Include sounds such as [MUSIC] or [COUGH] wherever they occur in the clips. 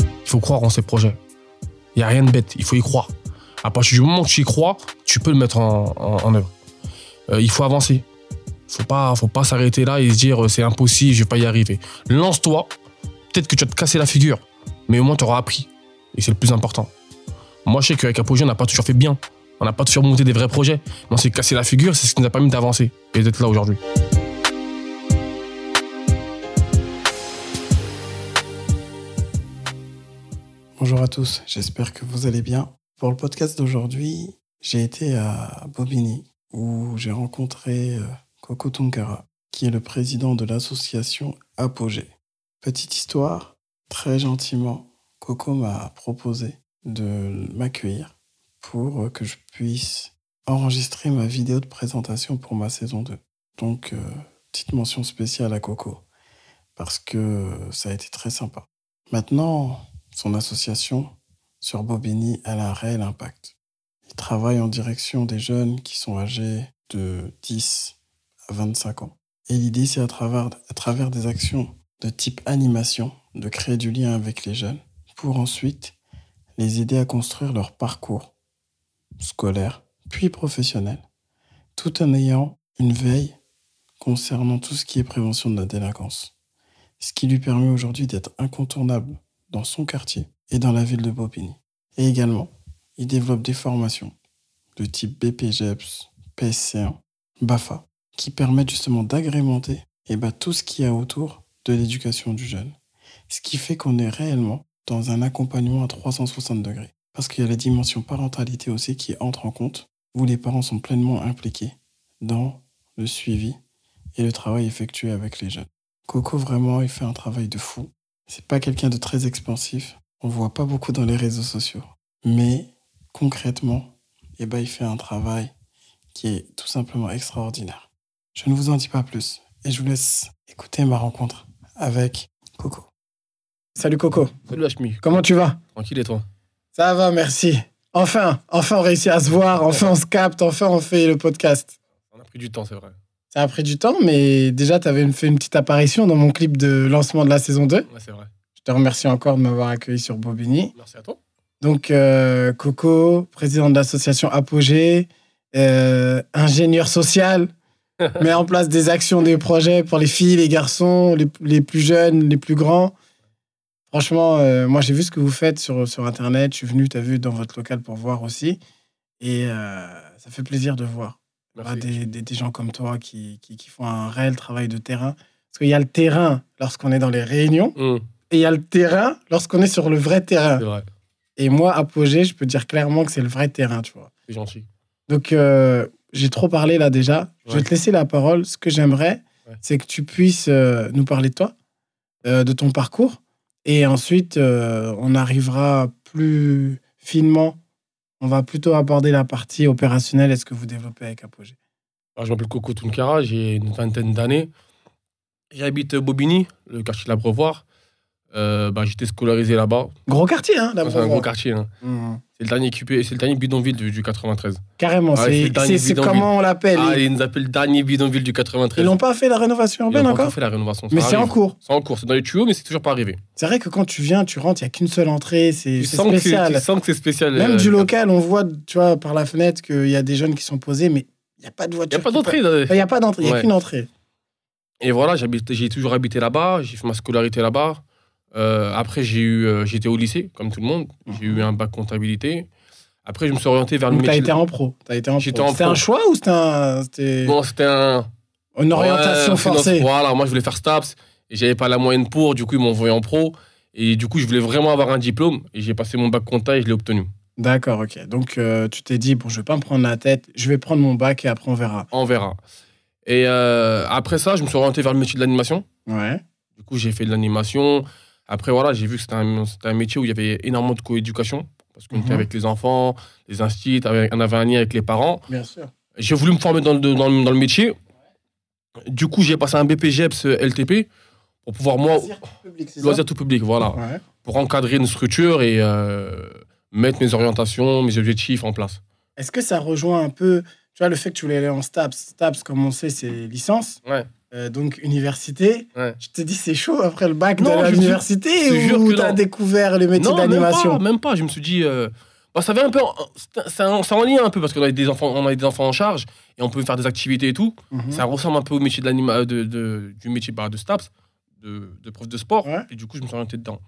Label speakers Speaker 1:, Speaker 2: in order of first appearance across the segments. Speaker 1: Il faut croire en ses projets. Il n'y a rien de bête, il faut y croire. À partir du moment que tu y crois, tu peux le mettre en, en- en œuvre. Euh, il faut avancer. Faut pas, faut pas s'arrêter là et se dire euh, c'est impossible, je vais pas y arriver. Lance-toi. Peut-être que tu vas te casser la figure, mais au moins tu auras appris. Et c'est le plus important. Moi, je sais qu'avec Apogée, on n'a pas toujours fait bien. On n'a pas toujours monté des vrais projets. Mais on s'est cassé la figure, c'est ce qui nous a permis d'avancer et d'être là aujourd'hui.
Speaker 2: Bonjour à tous, j'espère que vous allez bien. Pour le podcast d'aujourd'hui, j'ai été à Bobigny où j'ai rencontré euh, Coco Tunkara, qui est le président de l'association Apogée. Petite histoire, très gentiment, Coco m'a proposé de m'accueillir pour euh, que je puisse enregistrer ma vidéo de présentation pour ma saison 2. Donc, euh, petite mention spéciale à Coco, parce que euh, ça a été très sympa. Maintenant, son association sur Bobigny elle a un réel impact. Il travaille en direction des jeunes qui sont âgés de 10 à 25 ans. Et l'idée, c'est à travers, à travers des actions de type animation, de créer du lien avec les jeunes pour ensuite les aider à construire leur parcours scolaire, puis professionnel, tout en ayant une veille concernant tout ce qui est prévention de la délinquance. Ce qui lui permet aujourd'hui d'être incontournable dans son quartier et dans la ville de Bobigny. Et également, il développe des formations de type BPGEPS, PSC1, BAFA, qui permettent justement d'agrémenter eh ben, tout ce qu'il y a autour de l'éducation du jeune. Ce qui fait qu'on est réellement dans un accompagnement à 360 degrés. Parce qu'il y a la dimension parentalité aussi qui entre en compte, où les parents sont pleinement impliqués dans le suivi et le travail effectué avec les jeunes. Coco, vraiment, il fait un travail de fou. C'est pas quelqu'un de très expansif. On voit pas beaucoup dans les réseaux sociaux. Mais concrètement, eh ben, il fait un travail qui est tout simplement extraordinaire. Je ne vous en dis pas plus et je vous laisse écouter ma rencontre avec Coco. Salut Coco,
Speaker 1: Salut Hachmi,
Speaker 2: comment tu vas
Speaker 1: tranquille et toi
Speaker 2: Ça va, merci. Enfin, enfin on réussit à se voir, enfin on se capte, enfin on fait le podcast.
Speaker 1: On a pris du temps, c'est vrai.
Speaker 2: Ça a pris du temps, mais déjà tu avais fait une petite apparition dans mon clip de lancement de la saison 2.
Speaker 1: Ouais, c'est vrai.
Speaker 2: Je te remercie encore de m'avoir accueilli sur Bobigny.
Speaker 1: Merci à toi.
Speaker 2: Donc, euh, Coco, président de l'association Apogée, euh, ingénieur social, met en place des actions, des projets pour les filles, les garçons, les, les plus jeunes, les plus grands. Franchement, euh, moi, j'ai vu ce que vous faites sur, sur Internet. Je suis venu, tu as vu, dans votre local pour voir aussi. Et euh, ça fait plaisir de voir
Speaker 1: Merci.
Speaker 2: voir Bah, des, des- des gens comme toi qui, qui- qui font un réel travail de terrain. Parce qu'il y a le terrain lorsqu'on est dans les réunions
Speaker 1: Hum,
Speaker 2: et il y a le terrain lorsqu'on est sur le vrai terrain.
Speaker 1: c'est vrai,
Speaker 2: Et moi, Apogée, je peux dire clairement que c'est le vrai terrain, tu vois.
Speaker 1: c'est gentil.
Speaker 2: Donc, euh, j'ai trop parlé là déjà. Je vais
Speaker 1: Ouais.
Speaker 2: te laisser la parole. Ce que j'aimerais,
Speaker 1: Ouais.
Speaker 2: c'est que tu puisses euh, nous parler de toi, euh, de ton parcours. Et ensuite, euh, on arrivera plus finement. On va plutôt aborder la partie opérationnelle et ce que vous développez avec Apogée.
Speaker 1: Alors, je m'appelle Coco Tunkara, j'ai une vingtaine d'années. J'habite Bobigny, le quartier de l'Abreuvoir. Euh, bah, J'étais scolarisé là-bas.
Speaker 2: Gros quartier, hein, la
Speaker 1: C'est un gros
Speaker 2: Beauvoir.
Speaker 1: quartier. hein.
Speaker 2: Mmh.
Speaker 1: C'est le dernier QP, c'est le dernier bidonville du, du 93.
Speaker 2: Carrément,
Speaker 1: Ah Ouais, c'est le
Speaker 2: c'est-
Speaker 1: dernier
Speaker 2: c'est c'est
Speaker 1: bidonville.
Speaker 2: comment on l'appelle.
Speaker 1: Ah,
Speaker 2: Ils-
Speaker 1: ils nous appellent le dernier bidonville du 93.
Speaker 2: Ils n'ont pas fait la
Speaker 1: Ils
Speaker 2: rénovation
Speaker 1: ont
Speaker 2: urbaine
Speaker 1: pas
Speaker 2: encore
Speaker 1: fait Ah, la rénovation. ça
Speaker 2: Mais c'est en
Speaker 1: arrive.
Speaker 2: cours.
Speaker 1: C'est en cours, c'est dans les tuyaux, mais c'est toujours pas arrivé.
Speaker 2: C'est vrai que quand tu viens, tu rentres, il n'y a qu'une seule entrée, c'est
Speaker 1: Tu
Speaker 2: c'est
Speaker 1: sens que c'est-
Speaker 2: spécial.
Speaker 1: tu sens que c'est spécial.
Speaker 2: Même
Speaker 1: euh,
Speaker 2: du local, on voit, tu vois, par la fenêtre qu'il y a des jeunes qui sont posés, mais il n'y a pas
Speaker 1: Il
Speaker 2: de
Speaker 1: n'y
Speaker 2: voiture.
Speaker 1: a pas
Speaker 2: qui
Speaker 1: d'entrée.
Speaker 2: passe. Il n'y a pas d'entrée, il n'y a
Speaker 1: Ouais.
Speaker 2: qu'une entrée.
Speaker 1: Et voilà, j'habite- j'ai toujours habité là-bas, j'ai fait ma scolarité là-bas. Euh, après, j'ai eu, euh, j'étais au lycée, comme tout le monde. J'ai eu un bac comptabilité. Après, je me suis orienté vers le
Speaker 2: Donc t'as
Speaker 1: métier.
Speaker 2: été en pro. T'as été en
Speaker 1: J'étais
Speaker 2: pro.
Speaker 1: en
Speaker 2: C'était
Speaker 1: pro.
Speaker 2: un choix ou c'était un- c'était
Speaker 1: Bon, c'était un.
Speaker 2: une orientation
Speaker 1: Ouais,
Speaker 2: forcée
Speaker 1: finance- Voilà, moi, je voulais faire STAPS et j'avais pas la moyenne pour. Du coup, ils m'ont envoyé en pro. Et du coup, je voulais vraiment avoir un diplôme. Et j'ai passé mon bac compta et je l'ai obtenu.
Speaker 2: D'accord, ok. Donc euh, tu t'es dit, bon, je vais pas me prendre la tête, je vais prendre mon bac et après on verra.
Speaker 1: On verra. Et euh, après ça, je me suis orienté vers le métier de l'animation.
Speaker 2: Ouais.
Speaker 1: Du coup, j'ai fait de l'animation. Après, voilà, j'ai vu que c'était un, c'était un métier où il y avait énormément de coéducation. Parce qu'on
Speaker 2: Mhm.
Speaker 1: était avec les enfants, les instits, avec- on avait un lien avec les parents.
Speaker 2: Bien sûr.
Speaker 1: J'ai voulu me former dans le, dans le- dans le métier. Du coup, j'ai passé un BPGEPS LTP pour pouvoir, moi,
Speaker 2: public, c'est
Speaker 1: Oh. loisir tout public, voilà,
Speaker 2: Ouais.
Speaker 1: pour encadrer une structure et euh, mettre mes orientations, mes objectifs en place.
Speaker 2: Est-ce que ça rejoint un peu, tu vois, le fait que tu voulais aller en STAPS, STAPS, comme on sait, c'est licence.
Speaker 1: Ouais.
Speaker 2: euh, donc université.
Speaker 1: Ouais.
Speaker 2: Je te dis, c'est chaud après le bac
Speaker 1: Non,
Speaker 2: d'aller à
Speaker 1: je te- je te
Speaker 2: l'université
Speaker 1: jure
Speaker 2: ou
Speaker 1: que
Speaker 2: t'as
Speaker 1: non.
Speaker 2: découvert le métier
Speaker 1: Non, même pas,
Speaker 2: d'animation
Speaker 1: même pas. Je me suis dit, euh, bah, ça avait un peu, c'est- c'est un- ça en lien un peu parce qu'on avait des enfants, on avait des enfants en charge et on pouvait faire des activités et tout.
Speaker 2: Mhm.
Speaker 1: Ça ressemble un peu au métier de l'anima- euh, de, de- du métier bah, de STAPS, de, de prof de sport.
Speaker 2: Ouais.
Speaker 1: Et du coup, je me suis orienté dedans.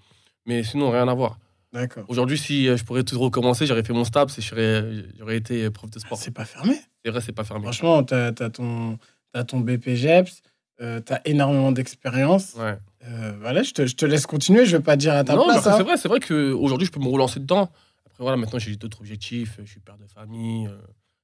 Speaker 1: Mais sinon, rien à voir.
Speaker 2: D'accord.
Speaker 1: Aujourd'hui, si euh, je pourrais tout recommencer, j'aurais fait mon STAPS et je serais- j'aurais été prof de sport.
Speaker 2: C'est pas fermé.
Speaker 1: C'est vrai, c'est pas fermé.
Speaker 2: Franchement, t'as as ton, t'as ton BPGEPS, euh, t'as énormément d'expérience.
Speaker 1: Ouais.
Speaker 2: Euh, voilà, je te, je te laisse continuer, je vais pas dire à ta
Speaker 1: Non, mais
Speaker 2: place.
Speaker 1: après,
Speaker 2: hein.
Speaker 1: c'est vrai, c'est vrai qu'aujourd'hui, je peux me relancer dedans. Après, voilà, maintenant, j'ai d'autres objectifs. Je suis père de famille. euh,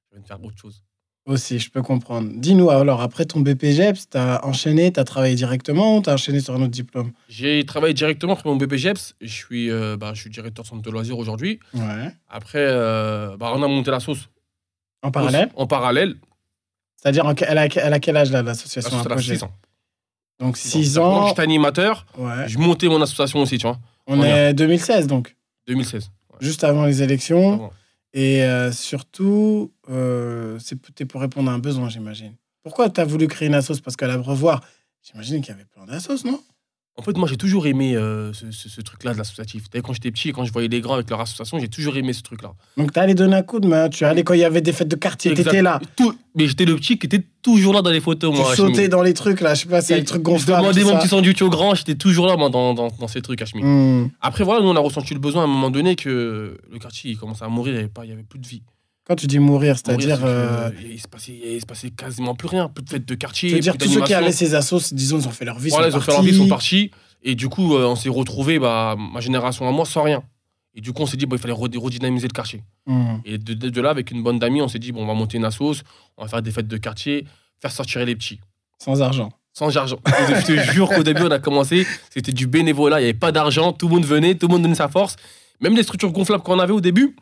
Speaker 1: je viens de faire autre chose.
Speaker 2: Aussi, je peux comprendre. Dis-nous alors, après ton BPGEPS, E t'as enchaîné, t'as travaillé directement ou t'as enchaîné sur un autre diplôme
Speaker 1: J'ai travaillé directement pour mon BPGEPS. E Je suis, euh, bah, je suis directeur centre de loisirs aujourd'hui.
Speaker 2: Ouais.
Speaker 1: Après, euh, bah, on a monté la sauce.
Speaker 2: En parallèle
Speaker 1: En parallèle.
Speaker 2: C'est-à-dire, en que- elle, a, elle a quel âge là,
Speaker 1: La
Speaker 2: l'association
Speaker 1: sauce,
Speaker 2: à
Speaker 1: elle a
Speaker 2: projet
Speaker 1: 6 ans.
Speaker 2: Donc
Speaker 1: Six
Speaker 2: 6
Speaker 1: Avant que
Speaker 2: ans.
Speaker 1: J'étais animateur.
Speaker 2: Ouais.
Speaker 1: Je montais mon association aussi, tu vois.
Speaker 2: On est 2016 donc,
Speaker 1: 2016. Ouais.
Speaker 2: juste avant les élections.
Speaker 1: Avant.
Speaker 2: Et euh, surtout, euh, c'était pour répondre à un besoin, j'imagine. Pourquoi tu as voulu créer une assoce Parce qu'à la brevoir, j'imagine qu'il y avait plein d'assos, non
Speaker 1: En fait, moi, j'ai toujours aimé euh, ce, ce- ce truc-là de l'associatif. T'as vu, Quand j'étais petit, quand je voyais les grands avec leur association, j'ai toujours aimé ce truc-là.
Speaker 2: Donc tu allais donner un coup de main, tu allais quand il y avait des fêtes de quartier, tu
Speaker 1: Exact.
Speaker 2: étais là.
Speaker 1: Tout- Mais j'étais le petit qui était toujours là dans les photos,
Speaker 2: Ah. Tu
Speaker 1: moi. Hachmi.
Speaker 2: sautais dans les trucs là, je sais pas, c'est
Speaker 1: Et
Speaker 2: les trucs
Speaker 1: Je
Speaker 2: gonflables.
Speaker 1: demandais
Speaker 2: tout
Speaker 1: mon
Speaker 2: ça.
Speaker 1: petit sandwich au grand, j'étais toujours là, moi, dans, dans, dans ces trucs, Hachmi.
Speaker 2: Hmm.
Speaker 1: Après, voilà, nous, on a ressenti le besoin à un moment donné que le quartier, il commençait à mourir, il n'y avait, pas- il y avait plus de vie.
Speaker 2: Quand tu dis mourir, c'est-à-dire.
Speaker 1: Mourir,
Speaker 2: euh,
Speaker 1: c'est que, euh, il, se passait, il se passait quasiment plus rien, plus de fêtes de quartier.
Speaker 2: Je veux dire,
Speaker 1: plus
Speaker 2: tous ceux qui
Speaker 1: d'animations.
Speaker 2: avaient ces assos, disons, ils ont fait leur vie,
Speaker 1: Voilà,
Speaker 2: ils
Speaker 1: ils
Speaker 2: sont
Speaker 1: ont fait leur vie, ils sont partis. Et du coup, euh, on s'est retrouvés, bah, ma génération à moi, sans rien. Et du coup, on s'est dit, bon, il fallait re- redynamiser le quartier.
Speaker 2: Hmm.
Speaker 1: Et de, de- de là, avec une bande d'amis, on s'est dit, bon, on va monter une assoce, on va faire des fêtes de quartier, faire sortir les petits.
Speaker 2: Sans argent.
Speaker 1: Sans argent. Et je te jure qu'au début, on a commencé, c'était du bénévolat, il n'y avait pas d'argent, tout le monde venait, tout le monde donnait sa force. Même les structures gonflables qu'on avait au début,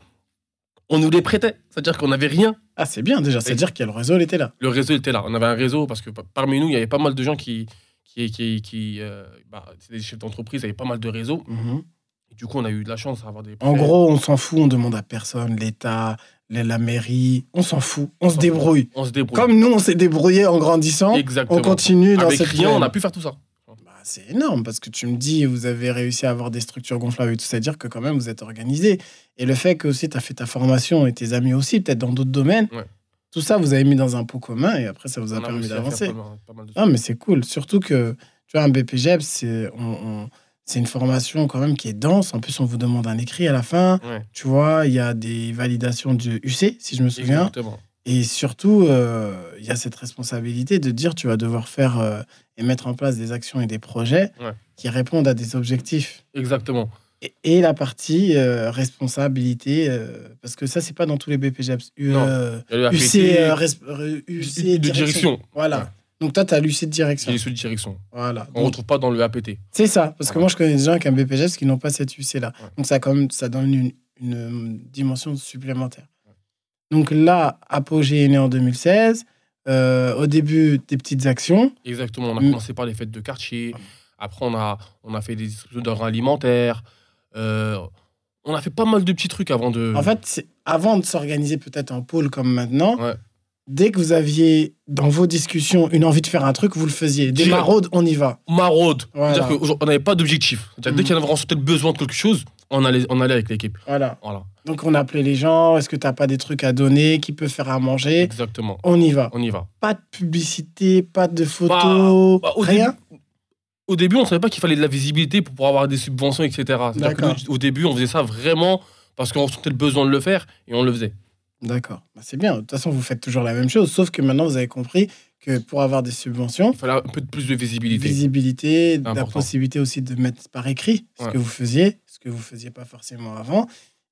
Speaker 1: on nous les prêtait. C'est-à-dire qu'on n'avait rien.
Speaker 2: Ah, c'est bien déjà, c'est-à-dire que le réseau il était là.
Speaker 1: Le réseau était là. On avait un réseau parce que par- parmi nous, il y avait pas mal de gens qui. qui, qui, qui euh, bah, c'était des chefs d'entreprise, il y avait pas mal de réseaux.
Speaker 2: Mhm.
Speaker 1: Et du coup, on a eu de la chance d'avoir des.
Speaker 2: En
Speaker 1: prêts.
Speaker 2: gros, on s'en fout, on demande à personne, l'État, la la mairie, on s'en fout, on se
Speaker 1: s'en
Speaker 2: débrouille.
Speaker 1: on se débrouille.
Speaker 2: Comme nous, on s'est débrouillé en grandissant,
Speaker 1: Exactement.
Speaker 2: on continue dans
Speaker 1: Avec
Speaker 2: cette
Speaker 1: rien,
Speaker 2: veine.
Speaker 1: on a pu faire tout ça.
Speaker 2: Bah, c'est énorme parce que tu me dis, vous avez réussi à avoir des structures gonflables et tout, c'est-à-dire que quand même, vous êtes organisé. Et le fait que aussi, tu as fait ta formation et tes amis aussi, peut-être dans d'autres domaines,
Speaker 1: Ouais.
Speaker 2: tout ça, vous avez mis dans un pot commun et après, ça vous
Speaker 1: On
Speaker 2: a
Speaker 1: a
Speaker 2: permis
Speaker 1: réussi à faire
Speaker 2: d'avancer.
Speaker 1: pas mal- pas mal de choses.
Speaker 2: Non, mais c'est cool. Surtout que, tu vois, un BPGEPS, E c'est on- on- c'est une formation quand même qui est dense. En plus, on vous demande un écrit à la fin.
Speaker 1: Ouais.
Speaker 2: Tu vois, il y a des validations du UC, si je me souviens.
Speaker 1: Exactement.
Speaker 2: Et surtout, euh, il y a cette responsabilité de dire tu vas devoir faire euh, et mettre en place des actions et des projets
Speaker 1: Ouais.
Speaker 2: qui répondent à des objectifs.
Speaker 1: Exactement.
Speaker 2: Et, et la partie euh, responsabilité, euh, parce que ça, c'est pas dans tous les BPGEPS. U-
Speaker 1: Non.
Speaker 2: euh,
Speaker 1: Il y a le
Speaker 2: UC,
Speaker 1: RPT,
Speaker 2: euh, resp- euh, UC
Speaker 1: de direction.
Speaker 2: Voilà.
Speaker 1: Ouais.
Speaker 2: Donc toi, tu as l'UC de
Speaker 1: J'ai
Speaker 2: direction.
Speaker 1: les sous de direction.
Speaker 2: Voilà.
Speaker 1: On ne
Speaker 2: Donc,
Speaker 1: retrouve pas dans le APT.
Speaker 2: c'est ça, parce que
Speaker 1: Voilà.
Speaker 2: moi je connais des gens avec un BPGEPS qui n'ont pas cette UC-là.
Speaker 1: Ah Ouais.
Speaker 2: Donc ça, quand même, ça donne une, une dimension supplémentaire. Donc là, Apogée est né en 2016. Euh, au début, des petites actions.
Speaker 1: Exactement. On a
Speaker 2: Mm.
Speaker 1: commencé par les fêtes de quartier. Après, on a, on a fait des distributions d'or alimentaires. Euh, on a fait pas mal de petits trucs avant de.
Speaker 2: En fait, c'est- avant de s'organiser peut-être en pôle comme maintenant,
Speaker 1: Ouais.
Speaker 2: dès que vous aviez dans vos discussions une envie de faire un truc, vous le faisiez. Des
Speaker 1: Direct.
Speaker 2: maraudes, on y va.
Speaker 1: maraude.
Speaker 2: Voilà.
Speaker 1: C'est-à-dire qu'on n'avait pas d'objectif. C'est-à-dire Dès
Speaker 2: Mm.
Speaker 1: qu'il y avait ressorti le besoin de quelque chose, on allait, on allait avec l'équipe.
Speaker 2: Voilà.
Speaker 1: Voilà.
Speaker 2: Donc on appelait les gens. Est-ce que t'as pas des trucs à donner Qui peut faire à manger
Speaker 1: Exactement.
Speaker 2: On y va.
Speaker 1: On y va.
Speaker 2: Pas de publicité, pas de photos,
Speaker 1: Bah, au
Speaker 2: rien.
Speaker 1: début- au début, on savait pas qu'il fallait de la visibilité pour pouvoir avoir des subventions, etc. C'est-à-dire que
Speaker 2: D'accord.
Speaker 1: nous, au début, on faisait ça vraiment parce qu'on ressentait le besoin de le faire et on le faisait.
Speaker 2: D'accord. Bah, c'est bien. De toute façon, vous faites toujours la même chose, sauf que maintenant, vous avez compris que pour avoir des subventions,
Speaker 1: Il fallait un peu de plus de visibilité.
Speaker 2: visibilité, la
Speaker 1: important.
Speaker 2: possibilité aussi de mettre par écrit ce
Speaker 1: Ouais.
Speaker 2: que vous faisiez, ce que vous faisiez pas forcément avant.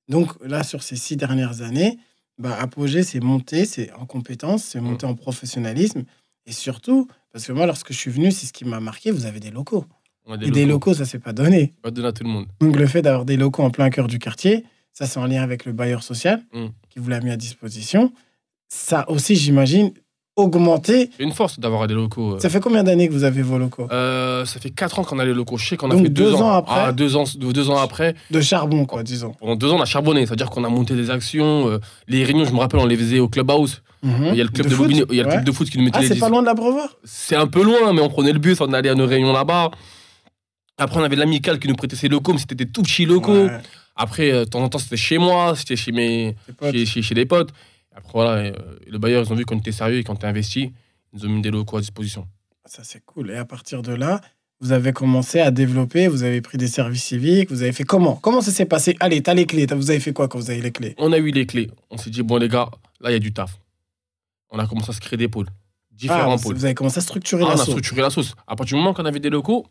Speaker 2: Donc là, sur ces six dernières années, bah, Apogée, c'est monté, c'est en compétence,
Speaker 1: Mm.
Speaker 2: c'est monté en professionnalisme. Et surtout, parce que moi, lorsque je suis venu, c'est ce qui m'a marqué, vous avez des locaux.
Speaker 1: on a
Speaker 2: Et des locaux, ça s'est pas donné.
Speaker 1: Pas donné à tout le monde.
Speaker 2: Donc le fait d'avoir des locaux en plein cœur du quartier, ça c'est en lien avec le bailleur social
Speaker 1: Mm.
Speaker 2: qui vous l'a mis à disposition. Ça aussi, j'imagine, augmenter.
Speaker 1: C'est une force d'avoir des locaux. euh.
Speaker 2: Ça fait combien d'années que vous avez vos locaux
Speaker 1: Euh, ça fait 4 ans qu'on a les locaux. Je sais qu'on a
Speaker 2: Donc,
Speaker 1: fait 2
Speaker 2: deux ans après.
Speaker 1: Ah, deux ans, deux deux ans après.
Speaker 2: De charbon, quoi, disons.
Speaker 1: Pendant deux ans, on a charbonné, c'est-à-dire qu'on a monté des actions. euh, les réunions, je me rappelle, on les faisait au clubhouse.
Speaker 2: Mhm.
Speaker 1: Il y a le club de,
Speaker 2: foot
Speaker 1: Bobigny- il y a le club
Speaker 2: Ouais.
Speaker 1: de foot qui nous mettait
Speaker 2: Ah,
Speaker 1: les
Speaker 2: c'est
Speaker 1: dis-
Speaker 2: pas loin de l'abreuvoir
Speaker 1: C'est un peu loin, mais on prenait le bus, on allait à nos réunions là-bas. Après, on avait l'amical qui nous prêtait ses locaux, mais c'était des tout petits locaux.
Speaker 2: Ouais,
Speaker 1: Après, euh, de temps en temps, c'était chez moi, c'était chez, mes...
Speaker 2: c'est pas-
Speaker 1: chez, chez- chez des potes. Après, voilà, euh, le bailleur, ils ont vu qu'on était sérieux et qu'on était investi. Ils nous ont mis des locaux à disposition.
Speaker 2: Ah, Ça, c'est cool. Et à partir de là, vous avez commencé à développer, vous avez pris des services civiques, vous avez fait comment Comment ça s'est passé Allez, t'as les clés, t'as- vous avez fait quoi quand vous avez les clés
Speaker 1: On a eu les clés. On s'est dit, bon, les gars, là, il y a du taf. On a commencé à se créer des pôles, différents
Speaker 2: Ah,
Speaker 1: pôles.
Speaker 2: Vous avez commencé à structurer
Speaker 1: Ah,
Speaker 2: la
Speaker 1: on a
Speaker 2: sauce.
Speaker 1: structuré la sauce. À partir du moment qu'on avait des locaux,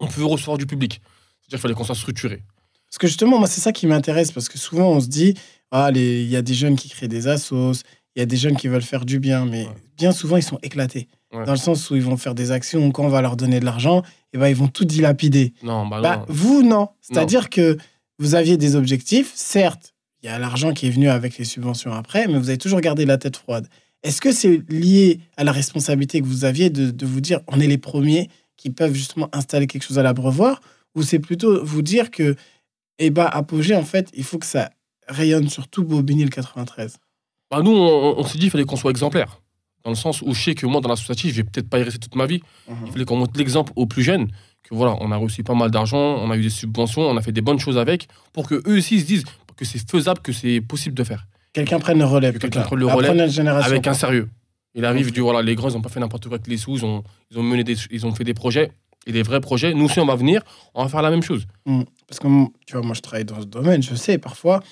Speaker 1: on pouvait recevoir du public. C'est-à-dire qu'il fallait qu'on soit structuré.
Speaker 2: Parce que justement, moi, c'est ça qui m'intéresse, parce que souvent, on se dit, ah, les- il y a des jeunes qui créent des assos, il y a des jeunes qui veulent faire du bien, mais
Speaker 1: Ouais.
Speaker 2: bien souvent, ils sont éclatés.
Speaker 1: Ouais.
Speaker 2: Dans le sens où ils vont faire des actions, quand on va leur donner de l'argent, et ben, ils vont tout dilapider.
Speaker 1: Non, bah,
Speaker 2: Bah,
Speaker 1: non.
Speaker 2: vous, non. C'est-à-dire que vous aviez des objectifs, certes, il y a l'argent qui est venu avec les subventions après, mais vous avez toujours gardé la tête froide. Est-ce que c'est lié à la responsabilité que vous aviez de, de vous dire on est les premiers qui peuvent justement installer quelque chose à l'abreuvoir Ou c'est plutôt vous dire que, eh ben, Apogée, en fait, il faut que ça rayonne sur tout Bobigny le 93
Speaker 1: Bah, nous, on, on- on s'est dit qu'il fallait qu'on soit exemplaire. Dans le sens où je sais que moi, dans l'associatif, je vais peut-être pas y rester toute ma vie. Il fallait qu'on montre l'exemple aux plus jeunes. Que voilà, on a reçu pas mal d'argent, on a eu des subventions, on a fait des bonnes choses avec, pour que eux aussi se disent que c'est faisable, que c'est possible de faire.
Speaker 2: Quelqu'un prenne le relais,
Speaker 1: Que
Speaker 2: peut-être,
Speaker 1: quelqu'un
Speaker 2: là.
Speaker 1: prenne le
Speaker 2: La
Speaker 1: relais
Speaker 2: première génération.
Speaker 1: avec un sérieux. Il arrive, il dit voilà, les grands, ils n'ont pas fait n'importe quoi avec les sous, ils ont, ils ont mené des, ils ont fait des projets, et des vrais projets. Nous aussi, on va venir, on va faire la même chose.
Speaker 2: Mm. Parce que, m- tu vois, moi, je travaille dans ce domaine, je sais, parfois,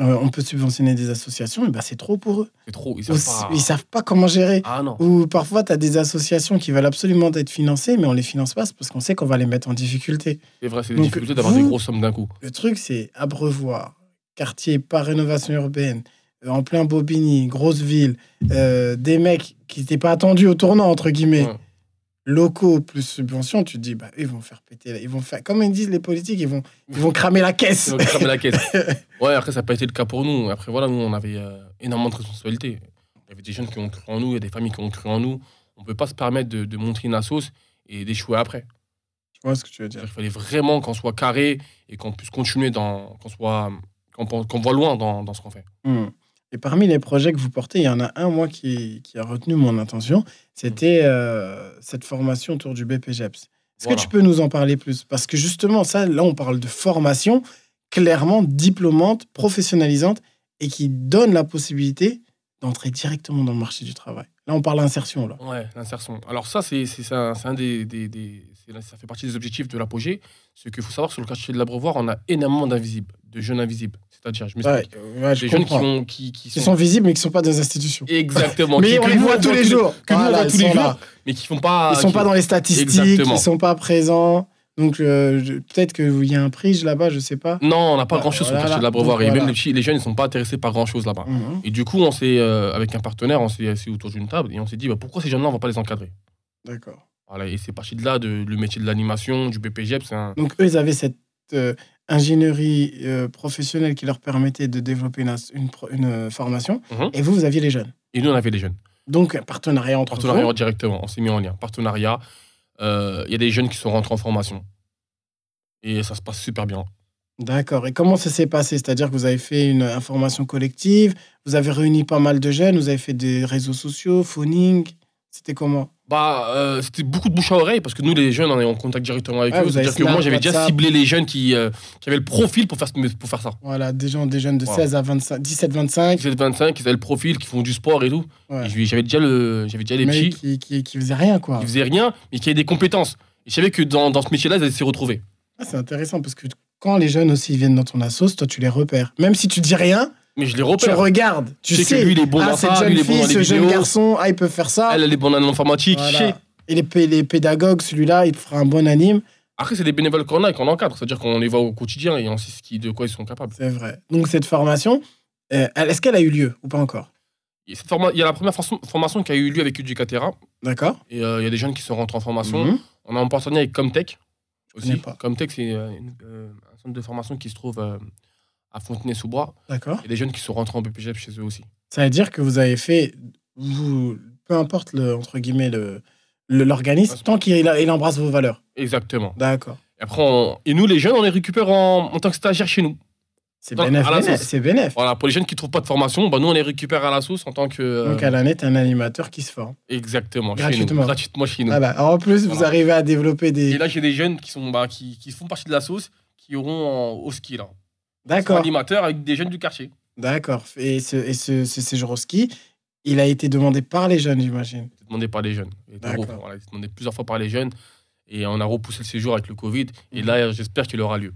Speaker 2: euh, on peut subventionner des associations, mais bah, c'est trop pour eux.
Speaker 1: C'est trop, ils savent
Speaker 2: Ou s-
Speaker 1: pas.
Speaker 2: Ils savent pas comment gérer.
Speaker 1: Ah non.
Speaker 2: Ou parfois, tu as des associations qui veulent absolument être financées, mais on les finance pas c'est parce qu'on sait qu'on va les mettre en difficulté.
Speaker 1: C'est vrai, c'est des
Speaker 2: Donc,
Speaker 1: difficultés d'avoir
Speaker 2: vous-
Speaker 1: des grosses sommes d'un coup.
Speaker 2: Le truc, c'est abreuvoir, quartier par rénovation urbaine, euh, en plein Bobigny, grosse ville, euh, des mecs qui n'étaient pas attendus au tournant, entre guillemets,
Speaker 1: Ouais.
Speaker 2: locaux plus subventions, tu te dis, bah, ils vont faire péter, là. ils vont faire, comme ils disent les politiques, ils vont, ils vont cramer la caisse.
Speaker 1: C'est donc fermer [LAUGHS] la caisse. Ouais, après, ça n'a pas été le cas pour nous. Après, voilà, nous, on avait euh, énormément de responsabilités. Il y avait des jeunes qui ont cru en nous, il y a des familles qui ont cru en nous. On ne peut pas se permettre de, de monter une sauce et d'échouer après.
Speaker 2: [LAUGHS] Tu vois ce que tu veux dire
Speaker 1: Il fallait vraiment qu'on soit carré et qu'on puisse continuer dans. qu'on soit. qu'on pense- qu'on voit loin dans, dans ce qu'on fait.
Speaker 2: Hmm. Et parmi les projets que vous portez, il y en a un, moi, qui, qui a retenu mon attention. C'était euh, cette formation autour du BPGEPS. E Est-ce
Speaker 1: Mmh. Voilà.
Speaker 2: que tu peux nous en parler plus Parce que justement, ça, là, on parle de formation clairement diplômante, professionnalisante et qui donne la possibilité d'entrer directement dans le marché du travail. Là, on parle d'insertion, là.
Speaker 1: Ouais, l'insertion. Alors ça, c'est c'est- c'est un, c'est un des, des- des- c'est- ça fait partie des objectifs de l'apogée. Ce qu'il faut savoir sur le quartier de l'abreuvoir, on a énormément d'invisibles, de jeunes invisibles. C'est-à-dire, je
Speaker 2: Ouais,
Speaker 1: m'explique.
Speaker 2: ouais, je
Speaker 1: des jeunes qui,
Speaker 2: comprends.
Speaker 1: ont- qui- qui
Speaker 2: Qui sont visibles, mais qui ne sont pas des institutions.
Speaker 1: Exactement.
Speaker 2: mais
Speaker 1: qui-
Speaker 2: on
Speaker 1: que
Speaker 2: les
Speaker 1: nous,
Speaker 2: voit tous les jours.
Speaker 1: que nous, on voit
Speaker 2: ils
Speaker 1: tous les
Speaker 2: sont
Speaker 1: jours.
Speaker 2: là.
Speaker 1: Mais qui font pas.
Speaker 2: Ils sont
Speaker 1: qui-
Speaker 2: pas dans les statistiques,
Speaker 1: Ah, Exactement.
Speaker 2: ils sont pas présents. Donc euh, je- peut-être qu'il y a un prix là-bas, je sais pas.
Speaker 1: Non, on n'a pas
Speaker 2: Ah,
Speaker 1: grand chose sur le
Speaker 2: voilà,
Speaker 1: quartier de l'abreuvoir.
Speaker 2: donc
Speaker 1: Et
Speaker 2: voilà.
Speaker 1: même les, petits, les jeunes, ils sont pas intéressés par grand chose là-bas.
Speaker 2: Mhm.
Speaker 1: Et du coup, on s'est, euh, avec un partenaire, on s'est assis autour d'une table et on s'est dit bah, pourquoi ces jeunes-là, on va pas les encadrer
Speaker 2: D'accord.
Speaker 1: voilà, Et c'est parti de là, de, le métier de l'animation, du BPGEP. E C'est un...
Speaker 2: Donc eux, ils avaient cette euh, ingénierie euh, professionnelle qui leur permettait de développer une, ins- une pro- une, euh, formation.
Speaker 1: Mhm.
Speaker 2: Et vous, vous aviez les jeunes.
Speaker 1: Et nous, on avait les jeunes.
Speaker 2: Donc un partenariat entre
Speaker 1: Partenariat
Speaker 2: vous.
Speaker 1: directement, on s'est mis en lien. Partenariat, euh, il y a des jeunes qui sont rentrés en formation. Et ça se passe super bien.
Speaker 2: D'accord. Et comment ça s'est passé C'est-à-dire que vous avez fait une euh, formation collective, vous avez réuni pas mal de jeunes, vous avez fait des réseaux sociaux, phoning. C'était comment
Speaker 1: Bah, euh, c'était beaucoup de bouche à oreille parce que nous, les jeunes, on est en contact directement avec
Speaker 2: Ouais,
Speaker 1: eux.
Speaker 2: vous avez
Speaker 1: C'est-à-dire que moi,
Speaker 2: Slack,
Speaker 1: j'avais déjà
Speaker 2: WhatsApp.
Speaker 1: ciblé les jeunes qui, euh, qui avaient le profil pour faire, ce- pour faire ça.
Speaker 2: Voilà, des, gens, des jeunes de
Speaker 1: Wow.
Speaker 2: 16 à 25, 17-25.
Speaker 1: Ils avaient 25, ils avaient le profil, qui font du sport et tout. Et je lui- J'avais déjà, le, j'avais déjà les
Speaker 2: mais
Speaker 1: petits
Speaker 2: qui, qui, qui faisait rien, quoi.
Speaker 1: qui faisaient rien, mais qui avaient des compétences. Et je savais que dans, dans ce métier-là, ils allaient s'y retrouver.
Speaker 2: Ah, c'est intéressant parce que quand les jeunes aussi viennent dans ton assos, toi tu les repères. Même si tu dis rien,
Speaker 1: Mais je les
Speaker 2: tu
Speaker 1: repère.
Speaker 2: regardes, tu
Speaker 1: Je sais
Speaker 2: sais.
Speaker 1: que lui, il est bon
Speaker 2: ah,
Speaker 1: dans
Speaker 2: cette
Speaker 1: ça, lui,
Speaker 2: jeune
Speaker 1: il est bon
Speaker 2: fille,
Speaker 1: dans les
Speaker 2: ce jeune
Speaker 1: vidéos.
Speaker 2: garçon, ah, il peut faire ça.
Speaker 1: Elle, elle est bonne en informatique.
Speaker 2: Voilà.
Speaker 1: je sais.
Speaker 2: Et les, pé- les pédagogues, celui-là, il te fera un bon anime.
Speaker 1: Après, c'est des bénévoles qu'on a et qu'on encadre. C'est-à-dire qu'on les voit au quotidien et on sait ce qui, de quoi ils sont capables.
Speaker 2: C'est vrai. Donc cette formation, euh, elle- est-ce qu'elle a eu lieu ou pas encore
Speaker 1: Et cette forma- Il y a la première for- formation qui a eu lieu avec Educatera.
Speaker 2: D'accord
Speaker 1: Et euh, il y a des jeunes qui sont rentrés en formation.
Speaker 2: Mhm.
Speaker 1: On est en partenariat avec Comtech aussi.
Speaker 2: connais pas.
Speaker 1: Comtech, c'est euh, une- euh, un centre de formation qui se trouve euh, à Fontenay-sous-Bois.
Speaker 2: D'accord.
Speaker 1: Il y a des jeunes qui sont rentrés en BPGEP chez eux aussi.
Speaker 2: Ça veut dire que vous avez fait, vous, peu importe le, entre guillemets le le- l'organisme, tant qu'il a- il embrasse vos valeurs.
Speaker 1: Exactement.
Speaker 2: D'accord.
Speaker 1: Après, on- et nous, les jeunes, on les récupère en, en tant que stagiaires chez nous.
Speaker 2: C'est
Speaker 1: Donc,
Speaker 2: bénéf,
Speaker 1: à la
Speaker 2: bénéf,
Speaker 1: sauce.
Speaker 2: c'est bénéf.
Speaker 1: Voilà, pour les jeunes qui trouvent pas de formation, bah, nous, on les récupère à la sauce en tant que. euh,
Speaker 2: Donc à l'année, t'es un animateur qui se forme.
Speaker 1: Exactement, chez
Speaker 2: Gratuitement.
Speaker 1: nous. Gratuitement chez nous.
Speaker 2: Ah bah, en plus, vous
Speaker 1: Voilà.
Speaker 2: arrivez à développer
Speaker 1: Et
Speaker 2: des.
Speaker 1: là, j'ai des jeunes qui, sont, bah, qui, qui font partie de la sauce, qui auront en- au ski, là.
Speaker 2: D'accord,
Speaker 1: Animateur avec des jeunes du quartier.
Speaker 2: d'accord. Et, ce, et ce, ce séjour au ski, il a été demandé par les jeunes, j'imagine.
Speaker 1: C'était demandé par les jeunes. Et
Speaker 2: D'accord.
Speaker 1: donc, voilà, c'était demandé plusieurs fois par les jeunes. Et on a repoussé le séjour avec le Covid.
Speaker 2: Mhm.
Speaker 1: Et là, j'espère qu'il aura lieu.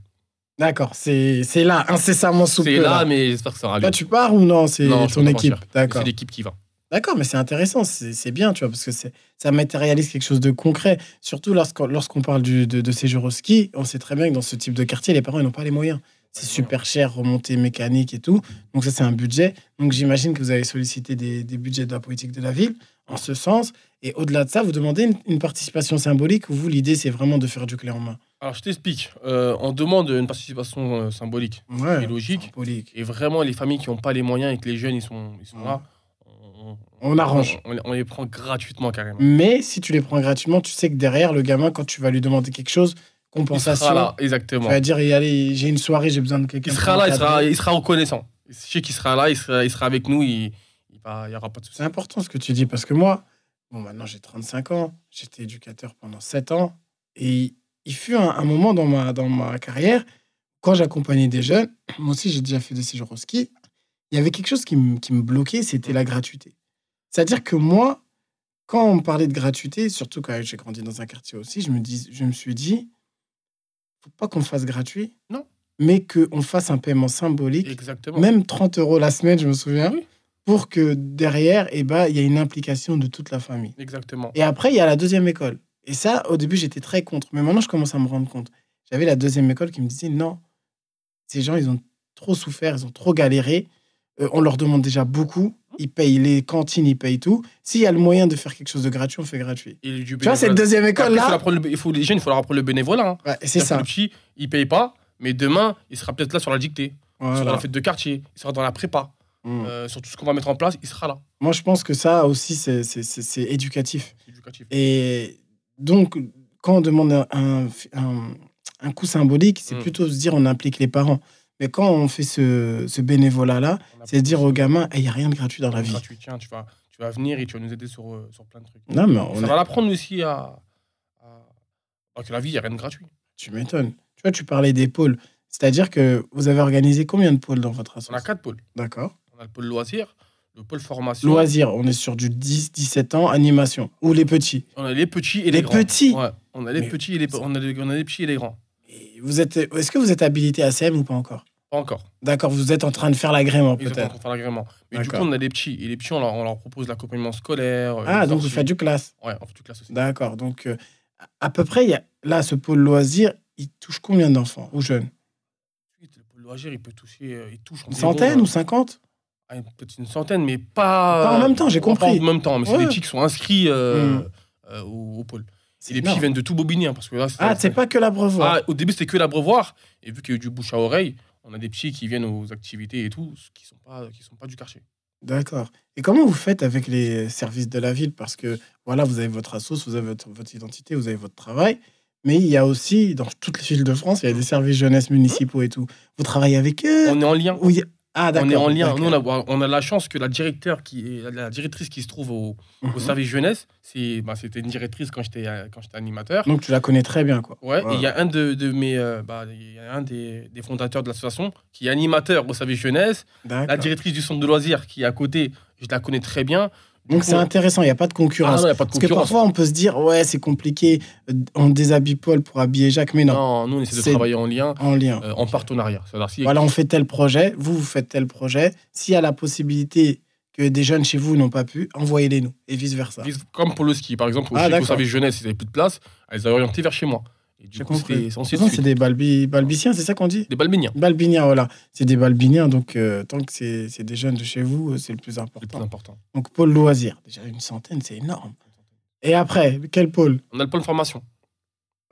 Speaker 2: D'accord, c'est c'est là, incessamment sous
Speaker 1: C'est
Speaker 2: peu.
Speaker 1: là,
Speaker 2: là.
Speaker 1: mais j'espère que ça aura lieu.
Speaker 2: Toi, tu pars ou non C'est
Speaker 1: Non, je
Speaker 2: ton
Speaker 1: peux pas
Speaker 2: équipe.
Speaker 1: partir.
Speaker 2: D'accord.
Speaker 1: C'est l'équipe qui va.
Speaker 2: D'accord, mais c'est intéressant, c'est c'est bien, tu vois, parce que c'est- ça matérialise quelque chose de concret. Surtout lorsqu'on lorsqu'on parle du- de, de séjour au ski, on sait très bien que dans ce type de quartier, les parents ils n'ont pas les moyens.
Speaker 1: Bah,
Speaker 2: C'est super cher, remontée mécanique et tout. Donc ça, c'est un budget. Donc j'imagine que vous avez sollicité des, des budgets de la politique de la ville en ce sens. Et au-delà de ça, vous demandez une, une participation symbolique où vous, l'idée, c'est vraiment de faire du clé en main.
Speaker 1: Alors, je t'explique. Euh, on demande une participation euh, symbolique
Speaker 2: Ouais,
Speaker 1: et logique.
Speaker 2: symbolique.
Speaker 1: Et vraiment, les familles qui n'ont pas les moyens et que les jeunes, ils sont, ils sont
Speaker 2: Ouais.
Speaker 1: là, on,
Speaker 2: On arrange.
Speaker 1: on- on les prend gratuitement, carrément.
Speaker 2: Mais si tu les prends gratuitement, tu sais que derrière, le gamin, quand tu vas lui demander quelque chose,
Speaker 1: Il
Speaker 2: compensation.
Speaker 1: sera là,
Speaker 2: Tu
Speaker 1: exactement.
Speaker 2: vas dire, et allez, j'ai une soirée, j'ai besoin de quelqu'un.
Speaker 1: Il
Speaker 2: pour
Speaker 1: sera là, il sera,
Speaker 2: m'encadrer.
Speaker 1: il sera reconnaissant. Je sais qu'il sera là, il sera, il sera avec nous, il n'y aura pas de soucis.
Speaker 2: C'est important ce que tu dis parce que moi, bon, maintenant j'ai 35 ans, j'étais éducateur pendant 7 ans et il fut un, un moment dans ma, dans ma carrière quand j'accompagnais des jeunes. [CLEARS THROAT] Moi aussi, j'ai déjà fait des séjours au ski. Il y avait quelque chose qui me, qui me bloquait, c'était la gratuité. C'est-à-dire que moi, quand on me parlait de gratuité, surtout quand j'ai grandi dans un quartier aussi, je me, dis, je me suis dit, faut pas qu'on fasse gratuit,
Speaker 1: Non.
Speaker 2: mais qu'on fasse un paiement symbolique
Speaker 1: Exactement.
Speaker 2: même 30 euros la semaine, je me souviens,
Speaker 1: Oui.
Speaker 2: pour que derrière, eh ben, il y a une implication de toute la famille.
Speaker 1: Exactement.
Speaker 2: Et après, il y a la deuxième école. Et ça, au début, j'étais très contre. Mais maintenant, je commence à me rendre compte. J'avais la deuxième école qui me disait non, ces gens, ils ont trop souffert, ils ont trop galéré. Euh, on leur demande déjà beaucoup. Ils payent les cantines, ils payent tout. S'il y a le moyen de faire quelque chose de gratuit, on fait gratuit.
Speaker 1: Et du
Speaker 2: Tu vois, cette
Speaker 1: bénévolat.
Speaker 2: deuxième
Speaker 1: Après, faut leur
Speaker 2: école-là,
Speaker 1: apprendre le bé- il faut, les jeunes, il faut leur apprendre le bénévolat. hein.
Speaker 2: ouais, c'est
Speaker 1: C'est-à-dire que
Speaker 2: ça.
Speaker 1: Le petit, il paye pas, mais demain, il sera peut-être là sur la dictée, sur
Speaker 2: Voilà.
Speaker 1: la fête de quartier, il sera dans la prépa,
Speaker 2: Mm.
Speaker 1: euh, sur tout ce qu'on va mettre en place, il sera là.
Speaker 2: Moi, je pense que ça aussi, c'est- c'est c'est- c'est éducatif.
Speaker 1: C'est éducatif.
Speaker 2: Et donc, quand on demande un, un- un- un coût symbolique, c'est
Speaker 1: Mm.
Speaker 2: plutôt se dire on implique les parents. Mais quand on fait ce, ce bénévolat-là,
Speaker 1: On a
Speaker 2: c'est dire
Speaker 1: plus-
Speaker 2: aux gamins, eh, il n'y a rien de gratuit dans la vie.
Speaker 1: gratuit, tiens, tu vas, tu vas venir et tu vas nous aider sur, euh, sur plein de trucs.
Speaker 2: Non, mais on
Speaker 1: Ça
Speaker 2: est-
Speaker 1: va l'apprendre aussi à, à- à que la vie, il n'y a rien de gratuit.
Speaker 2: tu m'étonnes. Tu vois, tu parlais des pôles. C'est-à-dire que vous avez organisé combien de pôles dans votre
Speaker 1: On a
Speaker 2: association
Speaker 1: quatre pôles.
Speaker 2: D'accord.
Speaker 1: On a le pôle loisir, le pôle formation.
Speaker 2: Loisirs, on est sur du 10-17 ans, animation, ou les petits.
Speaker 1: On a les petits et les,
Speaker 2: Les
Speaker 1: grands.
Speaker 2: petits
Speaker 1: Ouais, on a les
Speaker 2: Mais-
Speaker 1: petits et les on a les, on a les petits et les grands.
Speaker 2: Et vous êtes, est-ce que vous êtes habilité à CM ou pas encore
Speaker 1: Pas encore.
Speaker 2: D'accord, vous êtes en train de faire l'agrément
Speaker 1: Ils
Speaker 2: peut-être.
Speaker 1: vont faire l'agrément. Mais du coup,
Speaker 2: D'accord.
Speaker 1: on a les petits. Et les petits, on leur, on leur propose l'accompagnement scolaire. euh,
Speaker 2: Ah,
Speaker 1: les
Speaker 2: donc vous
Speaker 1: sorties.
Speaker 2: faites du classe.
Speaker 1: Ouais, on fait du classe aussi.
Speaker 2: D'accord. Donc, euh, à peu près, il y a- là, ce pôle loisir, il touche combien d'enfants ou jeunes
Speaker 1: Ensuite, Le pôle loisir, il peut toucher. euh, Il touche
Speaker 2: Une
Speaker 1: environ,
Speaker 2: centaine
Speaker 1: euh,
Speaker 2: ou cinquante
Speaker 1: ah, Peut-être une centaine, mais pas.
Speaker 2: Pas en même temps, j'ai
Speaker 1: pas
Speaker 2: compris.
Speaker 1: en même temps, mais c'est
Speaker 2: Ouais.
Speaker 1: des petits qui sont inscrits euh,
Speaker 2: Hmm.
Speaker 1: euh, au, au pôle. Et
Speaker 2: C'est
Speaker 1: les petits
Speaker 2: énorme.
Speaker 1: viennent de tout Bobigny. hein, parce que là, c'est-
Speaker 2: Ah, c'est pas que la brevoie.
Speaker 1: Ah, au début, c'était que l'abreuvoir. Et vu qu'il y a eu du bouche à oreille, on a des petits qui viennent aux activités et tout, ce qui sont pas, qui sont pas du quartier.
Speaker 2: D'accord. Et comment vous faites avec les services de la ville Parce que, voilà, vous avez votre assos, vous avez votre, votre identité, vous avez votre travail. Mais il y a aussi, dans toutes les villes de France, il y a des services jeunesse municipaux et tout. Vous travaillez avec eux
Speaker 1: Mmh. On est en lien.
Speaker 2: Ou il y a- Ah, d'accord.
Speaker 1: on est en lien.
Speaker 2: d'accord.
Speaker 1: Nous, on a, on a la chance que la directeur qui est, la directrice qui se trouve au, au
Speaker 2: Mhm.
Speaker 1: service jeunesse, c'est, bah, c'était une directrice quand j'étais, euh, quand j'étais animateur.
Speaker 2: Donc, tu la connais très bien, quoi.
Speaker 1: Ouais, et il y a un de, de mes, euh, bah, il y a un des, des fondateurs de l'association qui est animateur au service jeunesse, la
Speaker 2: D'accord.
Speaker 1: directrice du centre de loisirs qui est à côté, je la connais très bien. Du
Speaker 2: Donc,
Speaker 1: coup,
Speaker 2: c'est intéressant, il n'y a pas de
Speaker 1: ah
Speaker 2: concurrence.
Speaker 1: non, il y a pas de
Speaker 2: Parce que
Speaker 1: concurrence.
Speaker 2: parfois, on peut se dire, ouais, c'est compliqué, euh, on déshabille Paul pour habiller Jacques, mais non,
Speaker 1: Non, nous on essaie de
Speaker 2: C'est-
Speaker 1: travailler en lien,
Speaker 2: en lien.
Speaker 1: euh, en partenariat. C'est-à-dire, si-
Speaker 2: Voilà, on fait tel projet, vous, vous faites tel projet. S'il y a la possibilité que des jeunes chez vous n'ont pas pu, envoyez-les-nous, et vice-versa.
Speaker 1: Vis- Comme pour le ski, par exemple, au
Speaker 2: Ah,
Speaker 1: ah,
Speaker 2: d'accord.
Speaker 1: service jeunesse, ils n'avaient plus de place, elles les a orientés vers chez moi. Et du
Speaker 2: J'ai
Speaker 1: coup,
Speaker 2: compris.
Speaker 1: c'était
Speaker 2: De toute
Speaker 1: censé
Speaker 2: façon, c'est
Speaker 1: suite.
Speaker 2: des balbi- balbiciens, c'est ça qu'on dit
Speaker 1: Des balméniens,
Speaker 2: Balbiniens, voilà. C'est des balbiniens, donc euh, tant que c'est c'est des jeunes de chez vous, euh, c'est le plus
Speaker 1: c'est le plus
Speaker 2: important.
Speaker 1: important.
Speaker 2: Donc, pôle loisir, déjà une centaine, c'est énorme. Et après, quel pôle
Speaker 1: On a le pôle formation.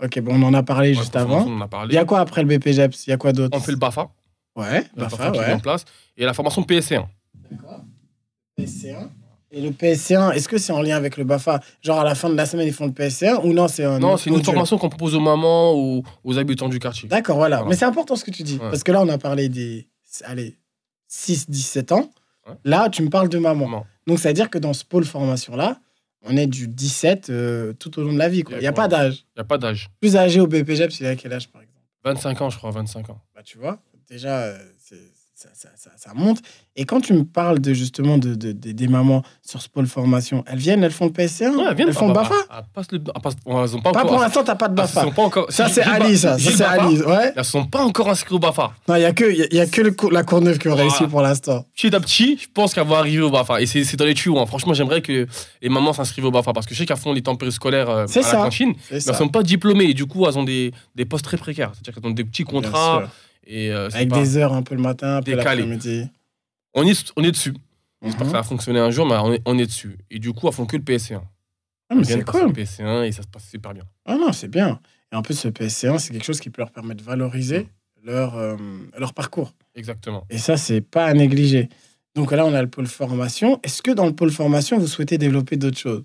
Speaker 2: Ok, bon, on en a parlé juste
Speaker 1: Ouais, le pôle formation,
Speaker 2: avant.
Speaker 1: On en a
Speaker 2: Il y
Speaker 1: parlé.
Speaker 2: a quoi après le BPGEPS E Il y a quoi d'autre
Speaker 1: On fait le BAFA,
Speaker 2: Ouais,
Speaker 1: le
Speaker 2: bah,
Speaker 1: BAFA qui est
Speaker 2: ouais.
Speaker 1: hein. en place, et la formation PSC1.
Speaker 2: Et c'est un. Et le PSC1, est-ce que c'est en lien avec le BAFA Genre à la fin de la semaine, ils font le PSC1 ou non C'est un
Speaker 1: Non, c'est une
Speaker 2: module
Speaker 1: formation qu'on propose aux mamans ou aux habitants du quartier.
Speaker 2: D'accord, voilà.
Speaker 1: Voilà.
Speaker 2: Mais c'est important ce que tu dis.
Speaker 1: Ouais.
Speaker 2: Parce que là, on a parlé des allez, 6-17 ans.
Speaker 1: Ouais.
Speaker 2: Là, tu me parles de maman.
Speaker 1: Maman.
Speaker 2: Donc, ça veut dire que dans ce pôle formation-là, on est du 17 euh, tout au long de la vie. quoi. Il n'y a
Speaker 1: Ouais.
Speaker 2: pas d'âge.
Speaker 1: Il n'y a pas d'âge.
Speaker 2: Plus âgé au BPJEPS, il est à quel âge, par exemple
Speaker 1: 25 ans, je crois, 25 ans.
Speaker 2: bah, tu vois, déjà, euh, c'est- ça, ça- ça- ça monte. Et quand tu me parles de justement de, de- de- des mamans sur ce pôle formation, elles viennent, elles font le PSC1
Speaker 1: Ouais, viens
Speaker 2: Elles font le BAFA
Speaker 1: passe le... ah, passe- bon, elles ont pas
Speaker 2: Pas
Speaker 1: encore...
Speaker 2: pour l'instant, t'as pas de
Speaker 1: ah, elles
Speaker 2: BAFA.
Speaker 1: sont pas encore...
Speaker 2: ça,
Speaker 1: J'ai-
Speaker 2: c'est
Speaker 1: j'ai le
Speaker 2: Ali,
Speaker 1: ba-
Speaker 2: ça.
Speaker 1: j'ai
Speaker 2: Ça,
Speaker 1: le
Speaker 2: c'est
Speaker 1: BAFA.
Speaker 2: Ali. Ouais.
Speaker 1: Elles sont pas encore inscrites au BAFA.
Speaker 2: Non, il n'y a que, y a- y a que le cour- la Courneuve qui ont
Speaker 1: Voilà.
Speaker 2: réussi pour l'instant.
Speaker 1: Petit à petit, je pense qu'elles vont arriver au BAFA. Et c'est c'est dans les tuyaux. hein. Franchement, j'aimerais que les mamans s'inscrivent au BAFA parce que je sais qu'elles font les temps périscolaires euh,
Speaker 2: C'est
Speaker 1: à
Speaker 2: ça.
Speaker 1: la cantine.
Speaker 2: C'est
Speaker 1: Mais
Speaker 2: ça.
Speaker 1: elles sont pas diplômées et du coup, elles ont des, des postes très précaires. C'est-à-dire qu'elles ont des petits
Speaker 2: Bien
Speaker 1: contrats.
Speaker 2: sûr.
Speaker 1: Et, euh, c'est
Speaker 2: Avec
Speaker 1: pas-
Speaker 2: des heures un peu le matin, un peu
Speaker 1: Décalé.
Speaker 2: l'après-midi.
Speaker 1: on, y est, on est dessus. J'espère
Speaker 2: Mhm.
Speaker 1: que ça va fonctionner un jour, mais on est, on est dessus. Et du coup, elles font que le E PSC1.
Speaker 2: Ah, mais
Speaker 1: Elles viennent
Speaker 2: c'est
Speaker 1: passer
Speaker 2: cool.
Speaker 1: le PSC1 E et ça se passe super bien.
Speaker 2: Ah non, c'est bien. Et en plus, ce PSC1, c'est quelque chose qui peut leur permettre de valoriser leur, euh, leur parcours.
Speaker 1: Exactement.
Speaker 2: Et ça, c'est pas à négliger. Donc là, on a le pôle formation. Est-ce que dans le pôle formation, vous souhaitez développer d'autres choses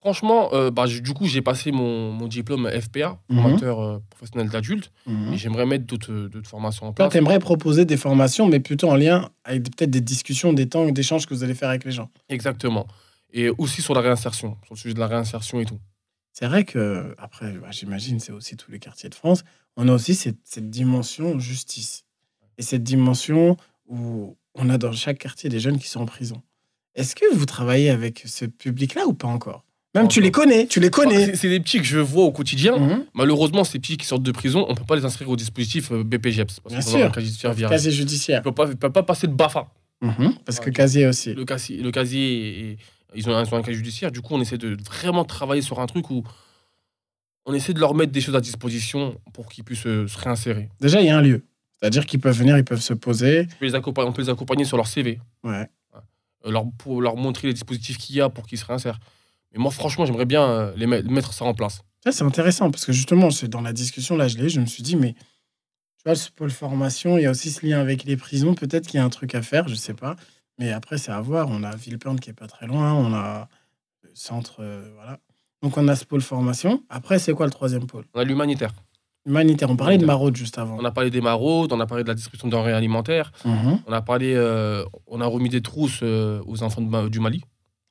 Speaker 1: Franchement, euh, bah, j'ai- du coup, j'ai passé mon, mon diplôme FPA,
Speaker 2: Mhm.
Speaker 1: formateur euh, professionnel d'adultes. Et j'aimerais mettre d'autres euh, d'autres formations en
Speaker 2: Toi,
Speaker 1: place.
Speaker 2: tu aimerais proposer des formations, mais plutôt en lien avec des- peut-être des discussions, des temps, d'échanges que vous allez faire avec les gens.
Speaker 1: Exactement. Et aussi sur la réinsertion, sur le sujet de la réinsertion et tout.
Speaker 2: C'est vrai que, après, bah, j'imagine, c'est aussi tous les quartiers de France, on a aussi cette, cette dimension justice. Et cette dimension où on a dans chaque quartier des jeunes qui sont en prison. Est-ce que vous travaillez avec ce public-là ou pas encore Même
Speaker 1: Pas
Speaker 2: tu les connais, tu les
Speaker 1: Bah,
Speaker 2: connais.
Speaker 1: c'est- C'est des petits que je vois au quotidien.
Speaker 2: Mhm.
Speaker 1: Malheureusement, ces petits qui sortent de prison, on ne peut pas les inscrire au dispositif euh, BPGEPS. Parce
Speaker 2: Bien
Speaker 1: qu'ils ont
Speaker 2: sûr.
Speaker 1: leur casier judiciaire viré.
Speaker 2: Casier judiciaire.
Speaker 1: Ils ne peuvent pas- ils peuvent pas passer de BAFA.
Speaker 2: Mhm, Parce que
Speaker 1: Ouais.
Speaker 2: casier aussi.
Speaker 1: Le casier, le casier est- ils, ont, un- ils ont un casier judiciaire. Du coup, on essaie de vraiment travailler sur un truc où on essaie de leur mettre des choses à disposition pour qu'ils puissent euh, se réinsérer.
Speaker 2: Déjà, il y a un lieu. C'est-à-dire qu'ils peuvent venir, ils peuvent se poser.
Speaker 1: On peut les accompagner, on peut les accompagner sur leur CV,
Speaker 2: Ouais.
Speaker 1: euh, leur, pour leur montrer les dispositifs qu'il y a pour qu'ils se réinsèrent. Mais moi, franchement, j'aimerais bien euh, les met- mettre ça en place.
Speaker 2: Ça, c'est intéressant parce que justement, c'est dans la discussion, là, je l'ai, je me suis dit, mais tu vois, ce pôle formation, il y a aussi ce lien avec les prisons. Peut-être qu'il y a un truc à faire, je sais pas. Mais après, c'est à voir. On a Villepinte qui est pas très loin, on a le centre, euh, voilà. Donc, on a ce pôle formation. Après, c'est quoi le troisième pôle
Speaker 1: On a l'humanitaire.
Speaker 2: Humanitaire. On parlait de
Speaker 1: Humanitaire.
Speaker 2: maraude juste avant.
Speaker 1: On a parlé des maraudes, on a parlé de la distribution d'enrées alimentaires,
Speaker 2: Mhm.
Speaker 1: on a parlé, euh, on a remis des trousses euh, aux enfants de Ma- du Mali,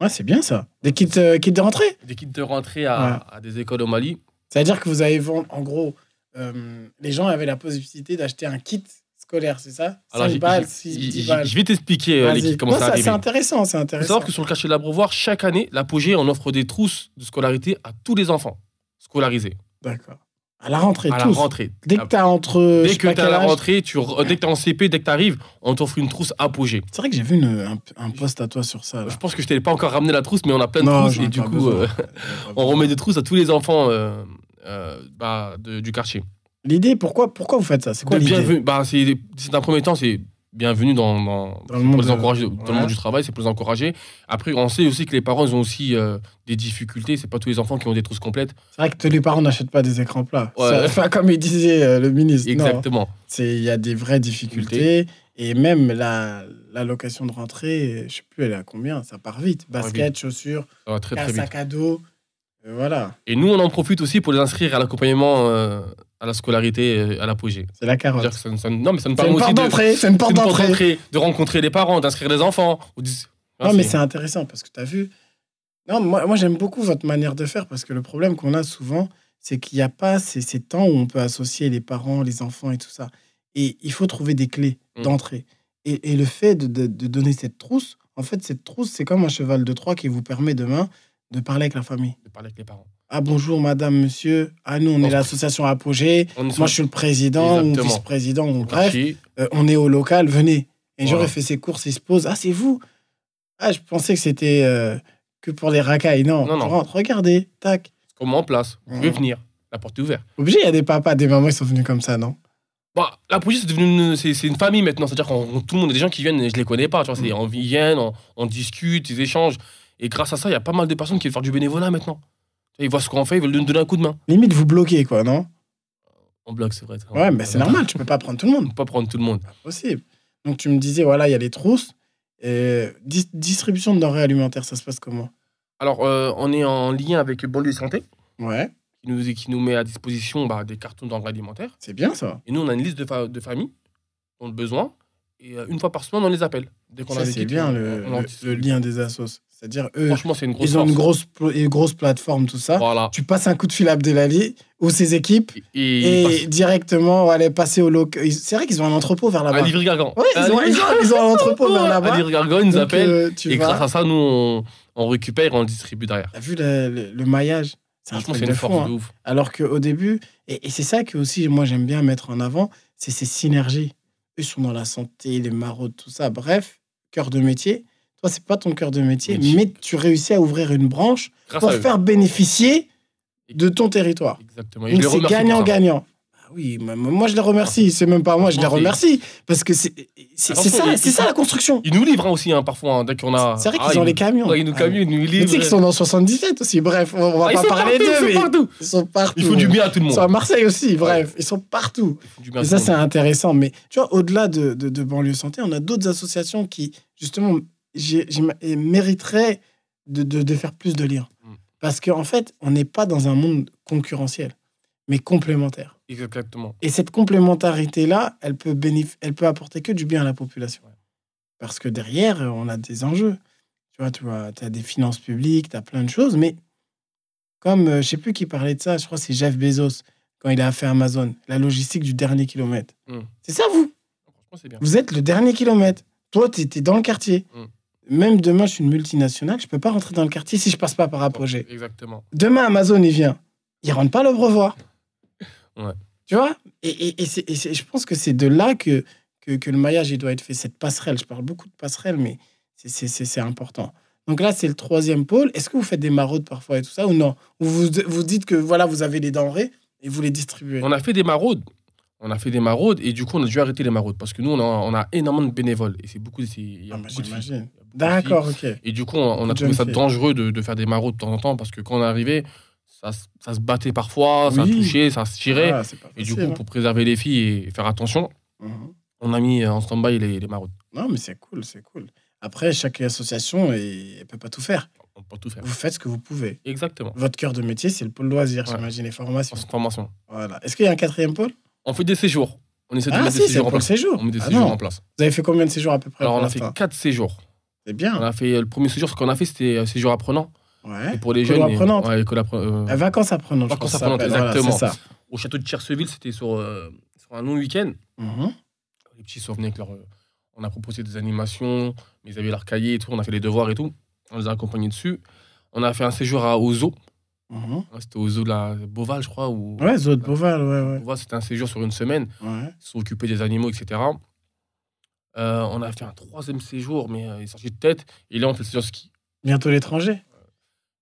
Speaker 2: Ouais, Ah, c'est bien ça. Des kits, euh, kits de rentrée
Speaker 1: des kits de rentrée à, à des écoles au Mali.
Speaker 2: C'est-à-dire que vous avez vendu, en gros, euh, les gens avaient la possibilité d'acheter un kit scolaire, c'est ça 5
Speaker 1: j'ai-
Speaker 2: balles,
Speaker 1: j'ai-
Speaker 2: 6, 10
Speaker 1: j'ai-
Speaker 2: balles.
Speaker 1: je vais t'expliquer euh, les
Speaker 2: Vas-y.
Speaker 1: kits, comment
Speaker 2: Non,
Speaker 1: ça
Speaker 2: ça,
Speaker 1: arrive.
Speaker 2: c'est intéressant, c'est
Speaker 1: Il faut
Speaker 2: intéressant.
Speaker 1: savoir que sur le cachet de l'abreuvoir, chaque année, l'apogée, on offre des trousses de scolarité à tous les enfants scolarisés
Speaker 2: D'accord. À la rentrée,
Speaker 1: à la
Speaker 2: tous.
Speaker 1: rentrée.
Speaker 2: Dès que
Speaker 1: Ah,
Speaker 2: t'as entre. je
Speaker 1: Dès
Speaker 2: sais
Speaker 1: que
Speaker 2: pas
Speaker 1: tu
Speaker 2: quel
Speaker 1: la
Speaker 2: âge-
Speaker 1: rentrée, tu re- dès que tu es en CP, dès que tu arrives, on t'offre une trousse apogée.
Speaker 2: C'est vrai que j'ai vu une- un, un post à toi sur ça. là.
Speaker 1: Je pense que je t'ai pas encore ramené la trousse, mais on a plein de
Speaker 2: Non,
Speaker 1: trousses
Speaker 2: j'en ai
Speaker 1: et du
Speaker 2: pas
Speaker 1: coup,
Speaker 2: besoin. [LAUGHS]
Speaker 1: euh,
Speaker 2: J'en ai pas
Speaker 1: on
Speaker 2: besoin.
Speaker 1: remet des trousses à tous les enfants euh, euh, bah, de- du quartier.
Speaker 2: L'idée, pourquoi, pourquoi vous faites ça C'est quoi
Speaker 1: De
Speaker 2: l'idée
Speaker 1: bienvenue- bah, c'est c'est un premier temps, c'est bienvenue dans, dans-
Speaker 2: Dans le
Speaker 1: pour
Speaker 2: monde,
Speaker 1: les
Speaker 2: euh,
Speaker 1: encourager dans le
Speaker 2: ouais.
Speaker 1: monde du travail, c'est pour les encourager. Après, on sait aussi que les parents ils ont aussi euh, des difficultés. C'est pas tous les enfants qui ont des trousses complètes.
Speaker 2: C'est vrai que tous les parents n'achètent pas des écrans plats.
Speaker 1: Ouais.
Speaker 2: Ça- Enfin, comme il disait euh, le ministre. Non.
Speaker 1: Exactement.
Speaker 2: C'est- Il y a des vraies difficultés. Et même la, la location de rentrée, je ne sais plus, elle est à combien Ça part vite.
Speaker 1: part vite.
Speaker 2: Basket, chaussures,
Speaker 1: Ça va très
Speaker 2: un
Speaker 1: très vite.
Speaker 2: sac à dos. Euh, voilà,
Speaker 1: Et nous, on en profite aussi pour les inscrire à l'accompagnement, euh, à la scolarité, euh, à l'apogée.
Speaker 2: c'est la
Speaker 1: C'est-à-dire
Speaker 2: carotte.
Speaker 1: que ça, nous- ça nous- non, mais ça nous
Speaker 2: C'est
Speaker 1: permet
Speaker 2: une
Speaker 1: aussi
Speaker 2: porte
Speaker 1: de,
Speaker 2: d'entrée. C'est une
Speaker 1: c'est
Speaker 2: porte
Speaker 1: une porte
Speaker 2: d'entrée.
Speaker 1: d'entrée, de rencontrer les parents, d'inscrire les enfants. On dit-
Speaker 2: Non,
Speaker 1: Ah,
Speaker 2: mais
Speaker 1: c'est-
Speaker 2: c'est intéressant parce que tu as vu. Non, moi, moi j'aime beaucoup votre manière de faire parce que le problème qu'on a souvent, c'est qu'il n'y a pas ces, ces temps où on peut associer les parents, les enfants et tout ça. Et il faut trouver des clés
Speaker 1: Mm.
Speaker 2: d'entrée. Et, et le fait de, de- de donner cette trousse, en fait, cette trousse, c'est comme un cheval de Troie qui vous permet demain de parler avec la famille.
Speaker 1: de parler avec les parents.
Speaker 2: Ah bonjour, madame, monsieur. Ah, nous, on
Speaker 1: On
Speaker 2: est
Speaker 1: se-
Speaker 2: l'association Apogée.
Speaker 1: On est
Speaker 2: Moi, je suis le président ou
Speaker 1: Exactement.
Speaker 2: vice-président ou
Speaker 1: au
Speaker 2: bref.
Speaker 1: quartier.
Speaker 2: Euh, on est au local, venez. Et
Speaker 1: Voilà.
Speaker 2: j'aurais fait ses courses, il se pose. Ah, c'est vous Ah, je pensais que c'était euh, que pour les racailles. Non,
Speaker 1: Non,
Speaker 2: tu
Speaker 1: non.
Speaker 2: rentres, regardez, tac.
Speaker 1: Comment on place Vous pouvez
Speaker 2: Mhm.
Speaker 1: venir. La porte est ouverte.
Speaker 2: Obligé, il y a des papas, des mamans, ils sont venus comme ça, non
Speaker 1: Bah, la police, c'est devenu une, c'est, c'est une famille maintenant. C'est-à-dire que tout le monde, il y a des gens qui viennent, je les connais pas. Tu vois, c'est,
Speaker 2: Mm.
Speaker 1: on vient, on, on discute, ils échangent. Et grâce à ça, il y a pas mal de personnes qui veulent faire du bénévolat maintenant. Tu vois, Ils voient ce qu'on fait, ils veulent nous donner un coup de main.
Speaker 2: Limite, vous bloquez, quoi, non
Speaker 1: On bloque, c'est vrai. ça.
Speaker 2: Ouais, mais c'est
Speaker 1: On
Speaker 2: normal, tu peux pas prendre tout le monde.
Speaker 1: peut pas prendre tout le monde.
Speaker 2: Pas possible. Donc, tu me disais, voilà, il y a les trousses. Et dis- distribution de denrées alimentaires, ça se passe comment
Speaker 1: Alors, euh, on est en lien avec le Bon Lieu Santé,
Speaker 2: Ouais,
Speaker 1: qui nous, qui nous met à disposition bah, des cartons d'engrais alimentaires.
Speaker 2: c'est bien ça.
Speaker 1: Et nous, on a une liste de, fa- de familles dont le besoin. Et euh, une fois par semaine, on les appelle. Dès qu'on a
Speaker 2: Ça,
Speaker 1: des
Speaker 2: c'est
Speaker 1: kits,
Speaker 2: bien
Speaker 1: on-
Speaker 2: le,
Speaker 1: on leur
Speaker 2: le- le
Speaker 1: distribue.
Speaker 2: lien des assos. C'est-à-dire, eux,
Speaker 1: Franchement, c'est une grosse
Speaker 2: ils ont une
Speaker 1: force.
Speaker 2: grosse, pl- une grosse plateforme, tout ça.
Speaker 1: Voilà.
Speaker 2: Tu passes un coup de fil à Abdelali ou ses équipes
Speaker 1: Et, et-
Speaker 2: et,
Speaker 1: parce-
Speaker 2: directement, aller passer au local. C'est vrai qu'ils ont un entrepôt vers
Speaker 1: à
Speaker 2: là-bas.
Speaker 1: Livry Gargan.
Speaker 2: Ah bah. Ouais, ils ont, ils [LAUGHS] ont- ils ont un entrepôt vers là-bas.
Speaker 1: ils nous
Speaker 2: Donc,
Speaker 1: appellent.
Speaker 2: euh, tu
Speaker 1: Et
Speaker 2: vas.
Speaker 1: grâce à ça, nous, on, on récupère et on le distribue derrière.
Speaker 2: T'as vu le, le- le maillage C'est un
Speaker 1: Franchement,
Speaker 2: truc
Speaker 1: c'est
Speaker 2: de
Speaker 1: une
Speaker 2: fou,
Speaker 1: force
Speaker 2: hein.
Speaker 1: de ouf.
Speaker 2: Alors qu'au début, et, et c'est ça que aussi moi j'aime bien mettre en avant, c'est ces synergies. Eux sont dans la santé, les maraudes, tout ça. Bref, cœur de métier. Toi, c'est pas ton cœur de métier,
Speaker 1: Métier.
Speaker 2: mais tu réussis à ouvrir une branche
Speaker 1: Grâce
Speaker 2: pour
Speaker 1: à eux.
Speaker 2: faire bénéficier de ton territoire.
Speaker 1: Exactement. Et je
Speaker 2: Donc
Speaker 1: les
Speaker 2: c'est
Speaker 1: remercie pour ça.
Speaker 2: gagnant-gagnant. Ah Oui, mais moi je les remercie. C'est même pas moi, je les
Speaker 1: Franchement,
Speaker 2: remercie parce que c'est c'est- c'est
Speaker 1: Attention,
Speaker 2: ça,
Speaker 1: ils-
Speaker 2: c'est ça la construction.
Speaker 1: Ils nous livrent hein, aussi hein, parfois. hein, dès qu'on a.
Speaker 2: C'est vrai
Speaker 1: Ah,
Speaker 2: qu'ils ont
Speaker 1: ils-
Speaker 2: les camions.
Speaker 1: Ouais, ils nous
Speaker 2: Ah,
Speaker 1: camionnent, ils nous
Speaker 2: mais Tu sais
Speaker 1: livrent.
Speaker 2: qu'ils sont dans 77 aussi. Bref, on va
Speaker 1: Ah, ils
Speaker 2: pas
Speaker 1: sont
Speaker 2: parler
Speaker 1: partout,
Speaker 2: d'eux,
Speaker 1: ils
Speaker 2: mais
Speaker 1: sont partout.
Speaker 2: ils sont partout.
Speaker 1: Ils font du bien à tout le
Speaker 2: Ils
Speaker 1: monde.
Speaker 2: sont à Marseille aussi, bref. Ils sont partout.
Speaker 1: Ils font du bien à
Speaker 2: Et
Speaker 1: tout
Speaker 2: ça,
Speaker 1: le
Speaker 2: c'est
Speaker 1: monde.
Speaker 2: intéressant. Mais tu vois, au-delà de, de, de Banlieue Santé, on a d'autres associations qui, justement, j'ai- j'im- et mériteraient de, de, de faire plus de liens.
Speaker 1: Mm.
Speaker 2: Parce qu'en en fait, on n'est pas dans un monde concurrentiel, mais complémentaire.
Speaker 1: Exactement.
Speaker 2: Et cette complémentarité-là, elle peut, bénéf- elle peut apporter que du bien à la population. Parce que derrière, euh, on a des enjeux. Tu vois, tu vois, as des finances publiques, tu as plein de choses, mais comme euh, je sais plus qui parlait de ça, je crois que c'est Jeff Bezos quand il a fait Amazon, la logistique du dernier kilomètre.
Speaker 1: Mm.
Speaker 2: C'est ça, vous
Speaker 1: Franchement, c'est bien.
Speaker 2: Vous êtes le dernier kilomètre. Toi, tu étais dans le quartier.
Speaker 1: Mm.
Speaker 2: Même demain, je suis une multinationale, je peux pas rentrer dans le quartier si je passe pas par un projet.
Speaker 1: Exactement.
Speaker 2: Demain, Amazon, il vient. Il rentre pas le brevoir.
Speaker 1: Ouais.
Speaker 2: Tu vois Et, et- et c'est- et c'est- je pense que c'est de là que, que, que le maillage il doit être fait, cette passerelle. Je parle beaucoup de passerelle, mais c'est- c'est c'est- c'est important. Donc là, c'est le troisième pôle. Est-ce que vous faites des maraudes parfois et tout ça ou non Ou vous, vous dites que voilà, vous avez des denrées et vous les distribuez
Speaker 1: On a fait des maraudes. On a fait des maraudes et du coup, on a dû arrêter les maraudes parce que nous, on a, on a énormément de bénévoles et c'est beaucoup. c'est- Il y a
Speaker 2: Ah, bah,
Speaker 1: beaucoup de filles.
Speaker 2: J'imagine.
Speaker 1: Il y a beaucoup de filles.
Speaker 2: D'accord, ok.
Speaker 1: Et du coup, on, on a
Speaker 2: Jeune
Speaker 1: trouvé ça
Speaker 2: fille.
Speaker 1: dangereux de, de faire des maraudes de temps en temps parce que quand on arrivait, ça, se- ça se battait parfois, ça
Speaker 2: Oui.
Speaker 1: touchait, ça se tirait.
Speaker 2: Ah, c'est pas
Speaker 1: et du
Speaker 2: facile,
Speaker 1: coup, pour préserver les filles et faire attention,
Speaker 2: hein. Mhm.
Speaker 1: on a mis en stand-by les, les maraudes.
Speaker 2: Non, mais c'est cool, c'est cool. Après, chaque association, elle ne peut pas tout faire.
Speaker 1: On peut tout faire.
Speaker 2: Vous faites ce que vous pouvez.
Speaker 1: Exactement.
Speaker 2: Votre cœur de métier, c'est le pôle loisirs,
Speaker 1: Ouais.
Speaker 2: j'imagine, les formations.
Speaker 1: En formation.
Speaker 2: Voilà. Est-ce qu'il y a un quatrième pôle
Speaker 1: On fait des séjours. On essaie de
Speaker 2: Ah
Speaker 1: mettre
Speaker 2: si,
Speaker 1: des
Speaker 2: c'est
Speaker 1: séjours
Speaker 2: pour
Speaker 1: en
Speaker 2: le
Speaker 1: place.
Speaker 2: séjour.
Speaker 1: On met des
Speaker 2: Ah
Speaker 1: séjours
Speaker 2: non.
Speaker 1: en place.
Speaker 2: Vous avez fait combien de séjours à peu près
Speaker 1: Alors,
Speaker 2: pour
Speaker 1: on a fait
Speaker 2: l'instant
Speaker 1: quatre séjours.
Speaker 2: C'est
Speaker 1: On
Speaker 2: bien.
Speaker 1: a fait euh, le premier séjour, ce qu'on a fait, c'était euh, séjour apprenant.
Speaker 2: Ouais.
Speaker 1: Et pour les
Speaker 2: École
Speaker 1: jeunes. et-
Speaker 2: apprenante.
Speaker 1: ouais, école appre- euh,
Speaker 2: Euh, Vacances apprenantes, je
Speaker 1: Vacances
Speaker 2: pense que ça
Speaker 1: apprenantes,
Speaker 2: s'appelle. Voilà, c'est
Speaker 1: exactement.
Speaker 2: ça.
Speaker 1: au château de Cherseville, c'était sur, euh, sur un long week-end.
Speaker 2: Mhm.
Speaker 1: Les petits sont venus avec leur. euh, On a proposé des animations, mais ils avaient leur cahier et tout, on a fait les devoirs et tout. On les a accompagnés dessus. On a fait un séjour à Ozo. hein,
Speaker 2: Mhm.
Speaker 1: C'était au zoo de la Beauval, je crois. Ou...
Speaker 2: Ouais, zoo de Beauval, ouais,
Speaker 1: Beauval, c'était un séjour sur une semaine.
Speaker 2: ouais. ouais.
Speaker 1: Ils se sont occupés des animaux, etc. Euh, on a fait un troisième séjour, mais euh, il est sorti de tête. Et là, on fait le séjour ski.
Speaker 2: Bientôt l'étranger.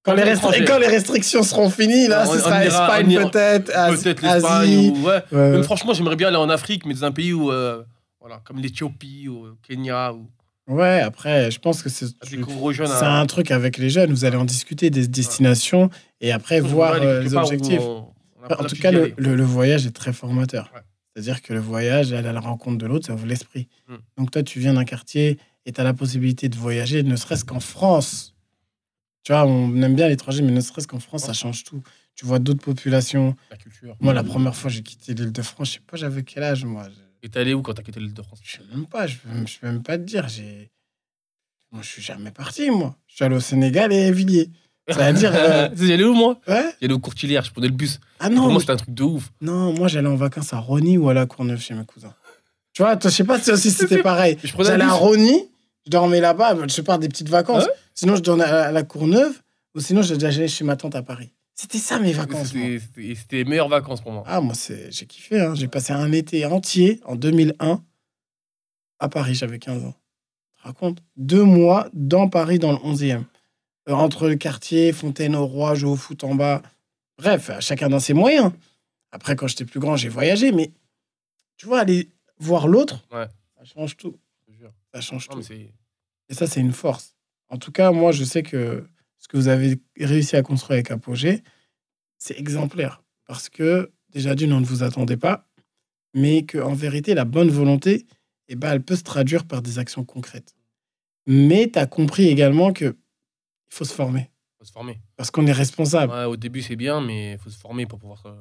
Speaker 2: Quand les, restri-
Speaker 1: L'étranger.
Speaker 2: quand les restrictions seront finies, là,
Speaker 1: On-
Speaker 2: ce
Speaker 1: on
Speaker 2: sera
Speaker 1: ira- on
Speaker 2: Espagne
Speaker 1: ira-
Speaker 2: peut-être, As-
Speaker 1: Peut-être l'Espagne.
Speaker 2: Asie. euh,
Speaker 1: ou- Ouais.
Speaker 2: Ouais, ouais.
Speaker 1: Même, franchement, j'aimerais bien aller en Afrique, mais dans un pays où, euh, voilà, comme l'Éthiopie ou le Kenya, où
Speaker 2: Ouais, après, je pense que c'est...
Speaker 1: je découvre aux jeunes.
Speaker 2: C'est
Speaker 1: un-
Speaker 2: un truc avec les jeunes, vous allez en discuter des destinations et après
Speaker 1: on va
Speaker 2: voir
Speaker 1: aller
Speaker 2: euh,
Speaker 1: quelque
Speaker 2: les
Speaker 1: part où
Speaker 2: objectifs.
Speaker 1: on- on a pas
Speaker 2: en tout
Speaker 1: l'habitude
Speaker 2: cas,
Speaker 1: d'y
Speaker 2: le,
Speaker 1: aller.
Speaker 2: le- le voyage est très formateur.
Speaker 1: Ouais.
Speaker 2: C'est-à-dire que le voyage, aller à la rencontre de l'autre, ça ouvre l'esprit.
Speaker 1: Mm.
Speaker 2: Donc toi, tu viens d'un quartier et tu as la possibilité de voyager, ne serait-ce qu'en France. Tu vois, on aime bien l'étranger, mais ne serait-ce qu'en France, ça change tout. Tu vois d'autres populations.
Speaker 1: la culture.
Speaker 2: Moi, la première fois, j'ai quitté l'île de France, je sais pas, j'avais quel âge, moi. Je-
Speaker 1: Et t'es allé où quand t'as quitté l'île de France
Speaker 2: je sais même pas, je peux, je peux même pas te dire. J'ai... Moi, je suis jamais parti, moi. Je suis allé au Sénégal et à Villiers. C'est-à-dire.
Speaker 1: [LAUGHS]
Speaker 2: euh,
Speaker 1: Tu sais, J'allais où moi
Speaker 2: ouais
Speaker 1: J'allais au Courtilière, je prenais le bus.
Speaker 2: Ah
Speaker 1: Pour
Speaker 2: non,
Speaker 1: moi,
Speaker 2: moi,
Speaker 1: c'était un truc de ouf.
Speaker 2: non, moi, j'allais en vacances à Rony ou à la Courneuve chez mes cousins. Tu vois, toi, je sais pas si si c'était pareil.
Speaker 1: Je prenais
Speaker 2: J'allais
Speaker 1: le
Speaker 2: à
Speaker 1: bus.
Speaker 2: Rony, je dormais là-bas, je pars des petites vacances.
Speaker 1: Ah
Speaker 2: Sinon, je dormais à la Courneuve ou sinon, j'allais chez ma tante à Paris. C'était ça mes vacances. moi.
Speaker 1: C'était- C'était c'était les meilleures vacances pour moi.
Speaker 2: Ah, moi, c'est... j'ai kiffé. hein. J'ai passé un été entier en 2001 à Paris. J'avais 15 ans. Je te raconte. Deux mois dans Paris, dans le 11e. Euh, entre le quartier, Fontaine au Roi, jouer au foot en bas. Bref, à chacun dans ses moyens. Après, quand j'étais plus grand, j'ai voyagé. Mais tu vois, aller voir l'autre,
Speaker 1: Ouais.
Speaker 2: ça change tout.
Speaker 1: je te jure.
Speaker 2: Ça change
Speaker 1: Non,
Speaker 2: tout.
Speaker 1: mais c'est-
Speaker 2: Et ça, c'est une force. En tout cas, moi, je sais que ce que vous avez réussi à construire avec Apogée, c'est exemplaire. Parce que, déjà d'une, on ne vous attendait pas, mais qu'en vérité, la bonne volonté, eh ben, elle peut se traduire par des actions concrètes. Mais tu as compris également que il faut se former.
Speaker 1: Faut se former.
Speaker 2: Parce qu'on est responsable.
Speaker 1: Ouais, au début, c'est bien, mais il faut se former pour pouvoir. euh,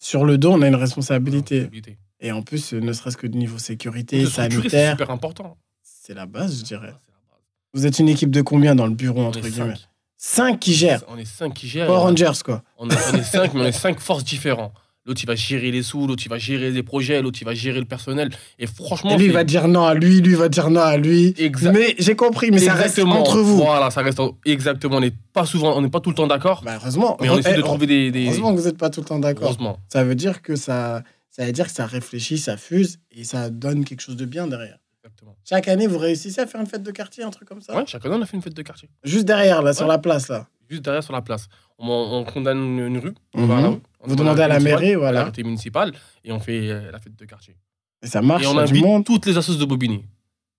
Speaker 2: Sur le dos, on a une responsabilité.
Speaker 1: habilité.
Speaker 2: Et en plus, euh, ne serait-ce que du niveau sécurité,
Speaker 1: Se structurer, C'est
Speaker 2: sanitaire,
Speaker 1: super important.
Speaker 2: c'est la base, je dirais.
Speaker 1: Ah, c'est la base.
Speaker 2: Vous êtes une équipe de combien dans le bureau,
Speaker 1: On
Speaker 2: entre
Speaker 1: est
Speaker 2: guillemets
Speaker 1: cinq.
Speaker 2: Cinq qui gèrent.
Speaker 1: On est 5 qui gèrent.
Speaker 2: Power Rangers, quoi.
Speaker 1: On est, on est cinq, mais on est cinq forces différentes. L'autre, il va gérer les sous, l'autre, il va gérer les projets, l'autre, il va gérer le personnel. Et franchement,
Speaker 2: Et lui, il
Speaker 1: c'est-
Speaker 2: va dire non à lui, lui, il va dire non à lui.
Speaker 1: Exa-
Speaker 2: Mais j'ai compris, mais ça
Speaker 1: exactement.
Speaker 2: reste entre vous.
Speaker 1: Voilà, ça reste en- exactement. On n'est pas souvent, on n'est pas tout le temps d'accord,
Speaker 2: Bah, heureusement.
Speaker 1: mais on essaie de
Speaker 2: Eh,
Speaker 1: trouver des. des-
Speaker 2: Heureusement que vous n'êtes pas tout le temps d'accord.
Speaker 1: Heureusement.
Speaker 2: Ça veut dire que ça, ça veut dire que ça réfléchit, ça fuse et ça donne quelque chose de bien derrière.
Speaker 1: Exactement.
Speaker 2: Chaque année, vous réussissez à faire une fête de quartier, un truc comme ça.
Speaker 1: Ouais, chacun on a fait une fête de quartier.
Speaker 2: Juste derrière, là, sur la place, là.
Speaker 1: Juste derrière sur la place. On, on condamne une, une rue. on
Speaker 2: Mhm.
Speaker 1: va à la rue, on
Speaker 2: Vous
Speaker 1: demande
Speaker 2: demandez à la
Speaker 1: municipale,
Speaker 2: mairie,
Speaker 1: à
Speaker 2: voilà.
Speaker 1: l'arrêté municipal et on fait euh, la fête de quartier.
Speaker 2: Et ça marche,
Speaker 1: et on
Speaker 2: il y a du
Speaker 1: invite
Speaker 2: monde.
Speaker 1: toutes les assos de Bobigny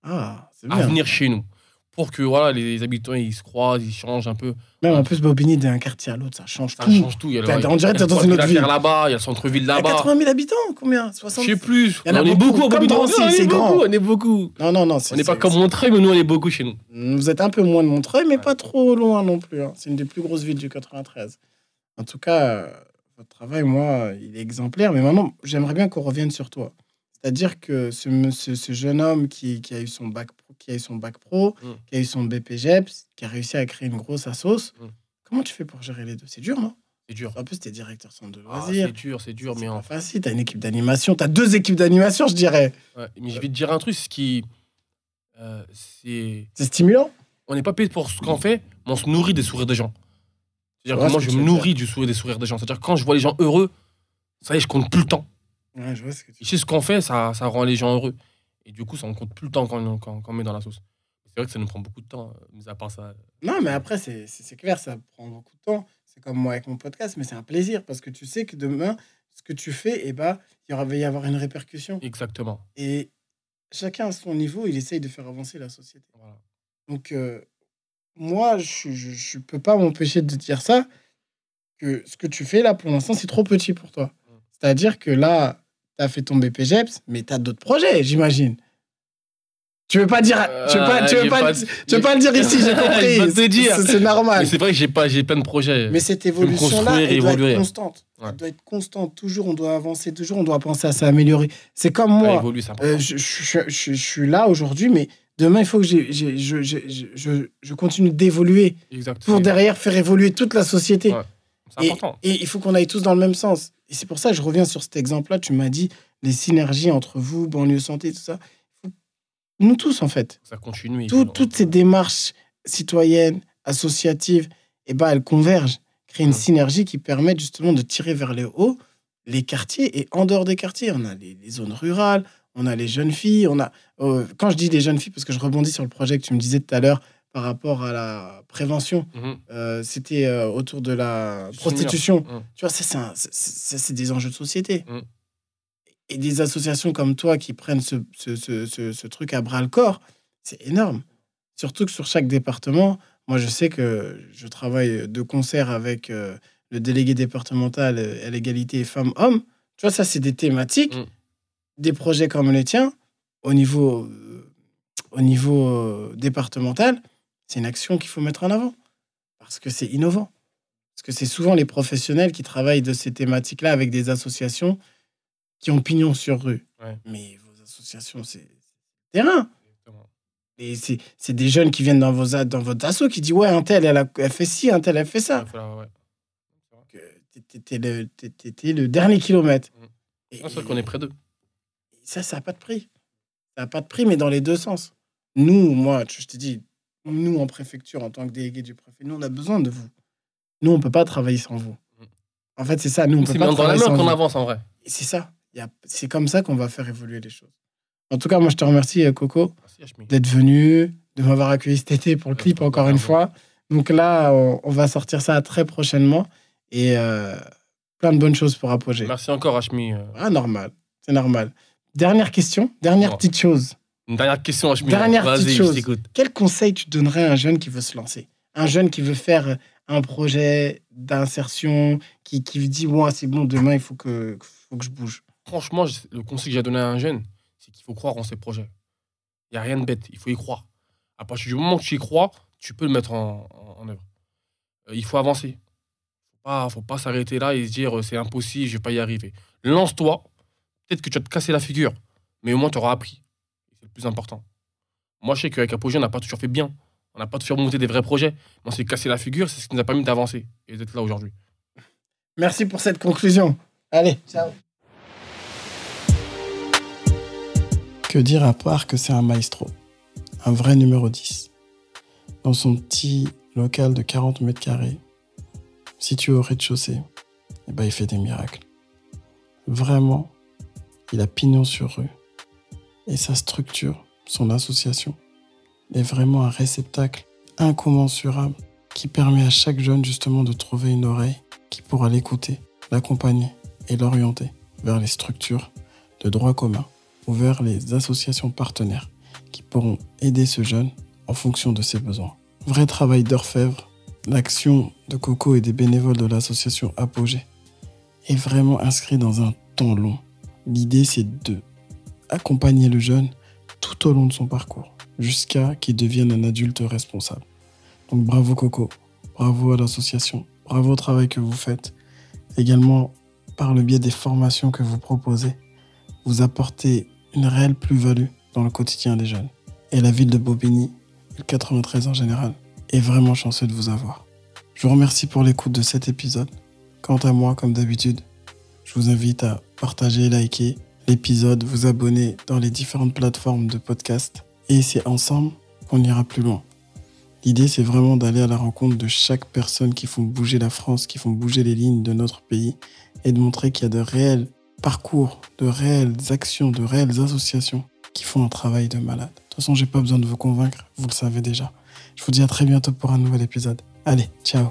Speaker 2: Ah, c'est
Speaker 1: à
Speaker 2: bien.
Speaker 1: venir chez nous pour que voilà les habitants ils se croisent, ils changent un peu.
Speaker 2: Même en plus, Bobigny, d'un quartier à l'autre, ça change
Speaker 1: Ça
Speaker 2: tout.
Speaker 1: change tout. Il y a le-
Speaker 2: T'as-
Speaker 1: il y a-
Speaker 2: on dirait que t'es
Speaker 1: il y a le
Speaker 2: dans
Speaker 1: Croix
Speaker 2: une autre
Speaker 1: de la
Speaker 2: ville.
Speaker 1: Terre là-bas, il y a le centre-ville
Speaker 2: Il y a
Speaker 1: là-bas.
Speaker 2: 80 000 habitants, combien 60
Speaker 1: Je sais plus.
Speaker 2: Il y en a
Speaker 1: on est
Speaker 2: beaucoup,
Speaker 1: beaucoup à
Speaker 2: comme
Speaker 1: Bobigny.
Speaker 2: dans
Speaker 1: On
Speaker 2: Nancy,
Speaker 1: est
Speaker 2: c'est grand.
Speaker 1: beaucoup, on est beaucoup.
Speaker 2: Non, non, non. c'est-
Speaker 1: On n'est pas
Speaker 2: c'est-
Speaker 1: comme Montreuil, mais nous on est beaucoup chez nous.
Speaker 2: Vous êtes un peu moins de Montreuil, mais
Speaker 1: Ouais.
Speaker 2: pas trop loin non plus. hein. C'est une des plus grosses villes du 93. En tout cas, euh, votre travail, moi, il est exemplaire. Mais maintenant, j'aimerais bien qu'on revienne sur toi. C'est-à-dire que ce, me- ce- ce jeune homme qui, qui a eu son bac pro, qui a eu son bac pro,
Speaker 1: Mm.
Speaker 2: qui a eu son BPGEPS, E qui a réussi à créer une grosse assos,
Speaker 1: Mm.
Speaker 2: comment tu fais pour gérer les deux C'est dur, non
Speaker 1: C'est dur.
Speaker 2: En plus, t'es directeur centre de
Speaker 1: Ah,
Speaker 2: loisirs.
Speaker 1: c'est dur, c'est dur,
Speaker 2: c'est
Speaker 1: mais
Speaker 2: pas
Speaker 1: en
Speaker 2: facile. T'as une équipe d'animation. T'as deux équipes d'animation, je dirais.
Speaker 1: Ouais, mais je vais te dire un truc, ce qui. euh, c'est.
Speaker 2: C'est stimulant.
Speaker 1: On n'est pas payé pour ce qu'on fait, mais on se nourrit des sourires des gens. C'est-à-dire
Speaker 2: Ouais,
Speaker 1: que moi,
Speaker 2: c'est
Speaker 1: je
Speaker 2: ce que
Speaker 1: me
Speaker 2: tu veux
Speaker 1: nourris du sourire des sourires des gens. C'est-à-dire que quand je vois les gens heureux, ça y est, je compte plus le temps.
Speaker 2: Ouais, je vois ce que tu
Speaker 1: Et je sais ce qu'on fait, ça, ça rend les gens heureux. Et du coup, ça, on compte plus le temps quand, quand, quand on met dans la sauce. C'est vrai que ça nous prend beaucoup de temps, euh, mis à part ça.
Speaker 2: Non, mais après, c'est- c'est c'est clair, ça prend beaucoup de temps. C'est comme moi avec mon podcast, mais c'est un plaisir parce que tu sais que demain, ce que tu fais, eh ben, il y aura- va y avoir une répercussion.
Speaker 1: Exactement.
Speaker 2: Et chacun à son niveau, il essaye de faire avancer la société.
Speaker 1: Voilà.
Speaker 2: Donc, euh, moi, je ne je, je peux pas m'empêcher de dire ça, que ce que tu fais là, pour l'instant, c'est trop petit pour toi.
Speaker 1: Mm.
Speaker 2: C'est-à-dire que là, tu as fait ton BPGEPS, E mais tu as d'autres projets, j'imagine. Tu veux pas dire, Ah, tu veux pas, tu veux
Speaker 1: Euh,
Speaker 2: pas,
Speaker 1: j'ai
Speaker 2: tu veux pas le dire ici, j'ai compris.
Speaker 1: [LAUGHS] Je vais te dire.
Speaker 2: C'est- C'est normal.
Speaker 1: Mais c'est vrai que j'ai pas, j'ai plein de projets.
Speaker 2: Mais cette
Speaker 1: me
Speaker 2: évolution-là,
Speaker 1: construire et
Speaker 2: elle doit
Speaker 1: évoluer.
Speaker 2: être constante.
Speaker 1: Ouais.
Speaker 2: Elle doit être constante. Toujours, on doit avancer. Toujours, on doit penser à s'améliorer. C'est comme
Speaker 1: Ça
Speaker 2: moi.
Speaker 1: évolue, c'est important.
Speaker 2: Euh, je, je- je- je suis là aujourd'hui, mais demain, il faut que j'ai- j'ai- je, je- je- je- je continue d'évoluer
Speaker 1: Exact.
Speaker 2: pour
Speaker 1: C'est-
Speaker 2: derrière faire évoluer toute la société.
Speaker 1: Ouais. C'est
Speaker 2: Et,
Speaker 1: important.
Speaker 2: et il faut qu'on aille tous dans le même sens. Et c'est pour ça que je reviens sur cet exemple-là. Tu m'as dit les synergies entre vous, banlieue santé, tout ça. Nous tous, en fait.
Speaker 1: Ça continue.
Speaker 2: Tout- toutes ces démarches citoyennes, associatives, eh ben, elles convergent, créent une
Speaker 1: Mhm.
Speaker 2: synergie qui permet justement de tirer vers le haut les quartiers et en dehors des quartiers. On a les, les zones rurales, on a les jeunes filles, on a... euh, quand je dis les jeunes filles, parce que je rebondis sur le projet que tu me disais tout à l'heure par rapport à la prévention,
Speaker 1: Mhm.
Speaker 2: euh, c'était euh, autour de la
Speaker 1: Du
Speaker 2: prostitution.
Speaker 1: Mhm.
Speaker 2: Tu vois, ça, c'est un- c'est- c'est c'est des enjeux de société.
Speaker 1: Mhm.
Speaker 2: Et des associations comme toi qui prennent ce, ce- ce- ce- ce truc à bras le corps, c'est énorme. Surtout que sur chaque département, moi je sais que je travaille de concert avec euh, le délégué départemental euh, à l'égalité femmes-hommes. Tu vois, ça, c'est des thématiques,
Speaker 1: Mhm.
Speaker 2: des projets comme les tiens, au niveau, euh, au niveau euh, départemental, c'est une action qu'il faut mettre en avant parce que c'est innovant. Parce que c'est souvent les professionnels qui travaillent de ces thématiques-là avec des associations qui ont pignon sur rue.
Speaker 1: Ouais.
Speaker 2: Mais vos associations, c'est c'est terrain.
Speaker 1: Exactement.
Speaker 2: Et c'est c'est des jeunes qui viennent dans, vos, a- dans votre asso qui disent Ouais, un tel, elle, a, elle fait ci, un tel, elle fait ça.
Speaker 1: Ouais, faut la- ouais.
Speaker 2: Que t'es- t'es- T'es le, t'es- t'es- t'es le dernier kilomètre.
Speaker 1: Mm.
Speaker 2: Et-
Speaker 1: Ah, C'est vrai qu'on est près d'eux.
Speaker 2: et ça, ça n'a pas de prix. Ça n'a pas de prix, mais dans les deux sens. Nous, moi, tu- je te dis, nous, en préfecture, en tant que délégué du préfet, nous, on a besoin de vous. Nous, on ne peut pas travailler sans vous.
Speaker 1: Mm.
Speaker 2: En fait, c'est ça. Nous, on ne peut
Speaker 1: C'est
Speaker 2: pas
Speaker 1: bien dans la
Speaker 2: travailler
Speaker 1: main
Speaker 2: sans
Speaker 1: qu'on
Speaker 2: vous.
Speaker 1: avance en vrai.
Speaker 2: Et c'est ça. Il y a- C'est comme ça qu'on va faire évoluer les choses. En tout cas, moi, je te remercie, euh, Coco,
Speaker 1: Merci, Hashmi.
Speaker 2: d'être venu, de m'avoir accueilli cet été pour le
Speaker 1: Ouais,
Speaker 2: clip,
Speaker 1: c'est
Speaker 2: encore
Speaker 1: pas
Speaker 2: une
Speaker 1: grave.
Speaker 2: fois. Donc là, on, on va sortir ça très prochainement. Et euh, plein de bonnes choses pour apogée.
Speaker 1: Merci encore, Hashmi. Euh,
Speaker 2: Ah, normal. C'est normal. Dernière question, dernière
Speaker 1: Non.
Speaker 2: petite chose.
Speaker 1: Une dernière question, Hashmi.
Speaker 2: Dernière
Speaker 1: Vas-y,
Speaker 2: petite
Speaker 1: je
Speaker 2: chose.
Speaker 1: t'écoute.
Speaker 2: Quel conseil tu donnerais à un jeune qui veut se lancer Un jeune qui veut faire euh, un projet d'insertion, qui, qui dit Ouais, c'est bon, demain, il faut que, faut que je bouge.
Speaker 1: Franchement, je- le conseil que j'ai donné à un jeune, c'est qu'il faut croire en ses projets. Il n'y a rien de bête, il faut y croire. À partir du moment où tu y crois, tu peux le mettre en, en- en œuvre. Euh, il faut avancer. Faut pas, faut pas s'arrêter là et se dire euh, c'est impossible, je vais pas y arriver. Lance-toi. Peut-être que tu vas te casser la figure, mais au moins tu auras appris. C'est le plus important. Moi, je sais qu'avec un projet, on n'a pas toujours fait bien. On n'a pas toujours monté des vrais projets. Mais on s'est cassé la figure, c'est ce qui nous a permis d'avancer et d'être là aujourd'hui.
Speaker 3: Merci pour cette conclusion. Allez, ciao.
Speaker 2: Que dire à part que c'est un maestro, un vrai numéro 10. Dans son petit local de 40 mètres carrés, situé au rez-de-chaussée, eh ben, il fait des miracles. Vraiment, il a pignon sur rue. Et sa structure, son association, est vraiment un réceptacle incommensurable qui permet à chaque jeune justement de trouver une oreille qui pourra l'écouter, l'accompagner et l'orienter vers les structures de droit commun ou vers les associations partenaires qui pourront aider ce jeune en fonction de ses besoins. Vrai travail d'orfèvre, l'action de Coco et des bénévoles de l'association Apogée est vraiment inscrite dans un temps long. L'idée, c'est de accompagner le jeune tout au long de son parcours, jusqu'à qu'il devienne un adulte responsable. Donc bravo Coco, bravo à l'association, bravo au travail que vous faites, également par le biais des formations que vous proposez vous apportez une réelle plus-value dans le quotidien des jeunes. Et la ville de Bobigny, et le 93 en général, est vraiment chanceux de vous avoir. Je vous remercie pour l'écoute de cet épisode. Quant à moi, comme d'habitude, je vous invite à partager, liker l'épisode, vous abonner dans les différentes plateformes de podcast. Et c'est ensemble qu'on ira plus loin. L'idée, c'est vraiment d'aller à la rencontre de chaque personne qui font bouger la France, qui font bouger les lignes de notre pays, et de montrer qu'il y a de réels parcours, de réelles actions, de réelles associations qui font un travail de malade. De toute façon, j'ai pas besoin de vous convaincre, vous le savez déjà. Je vous dis à très bientôt pour un nouvel épisode. Allez, ciao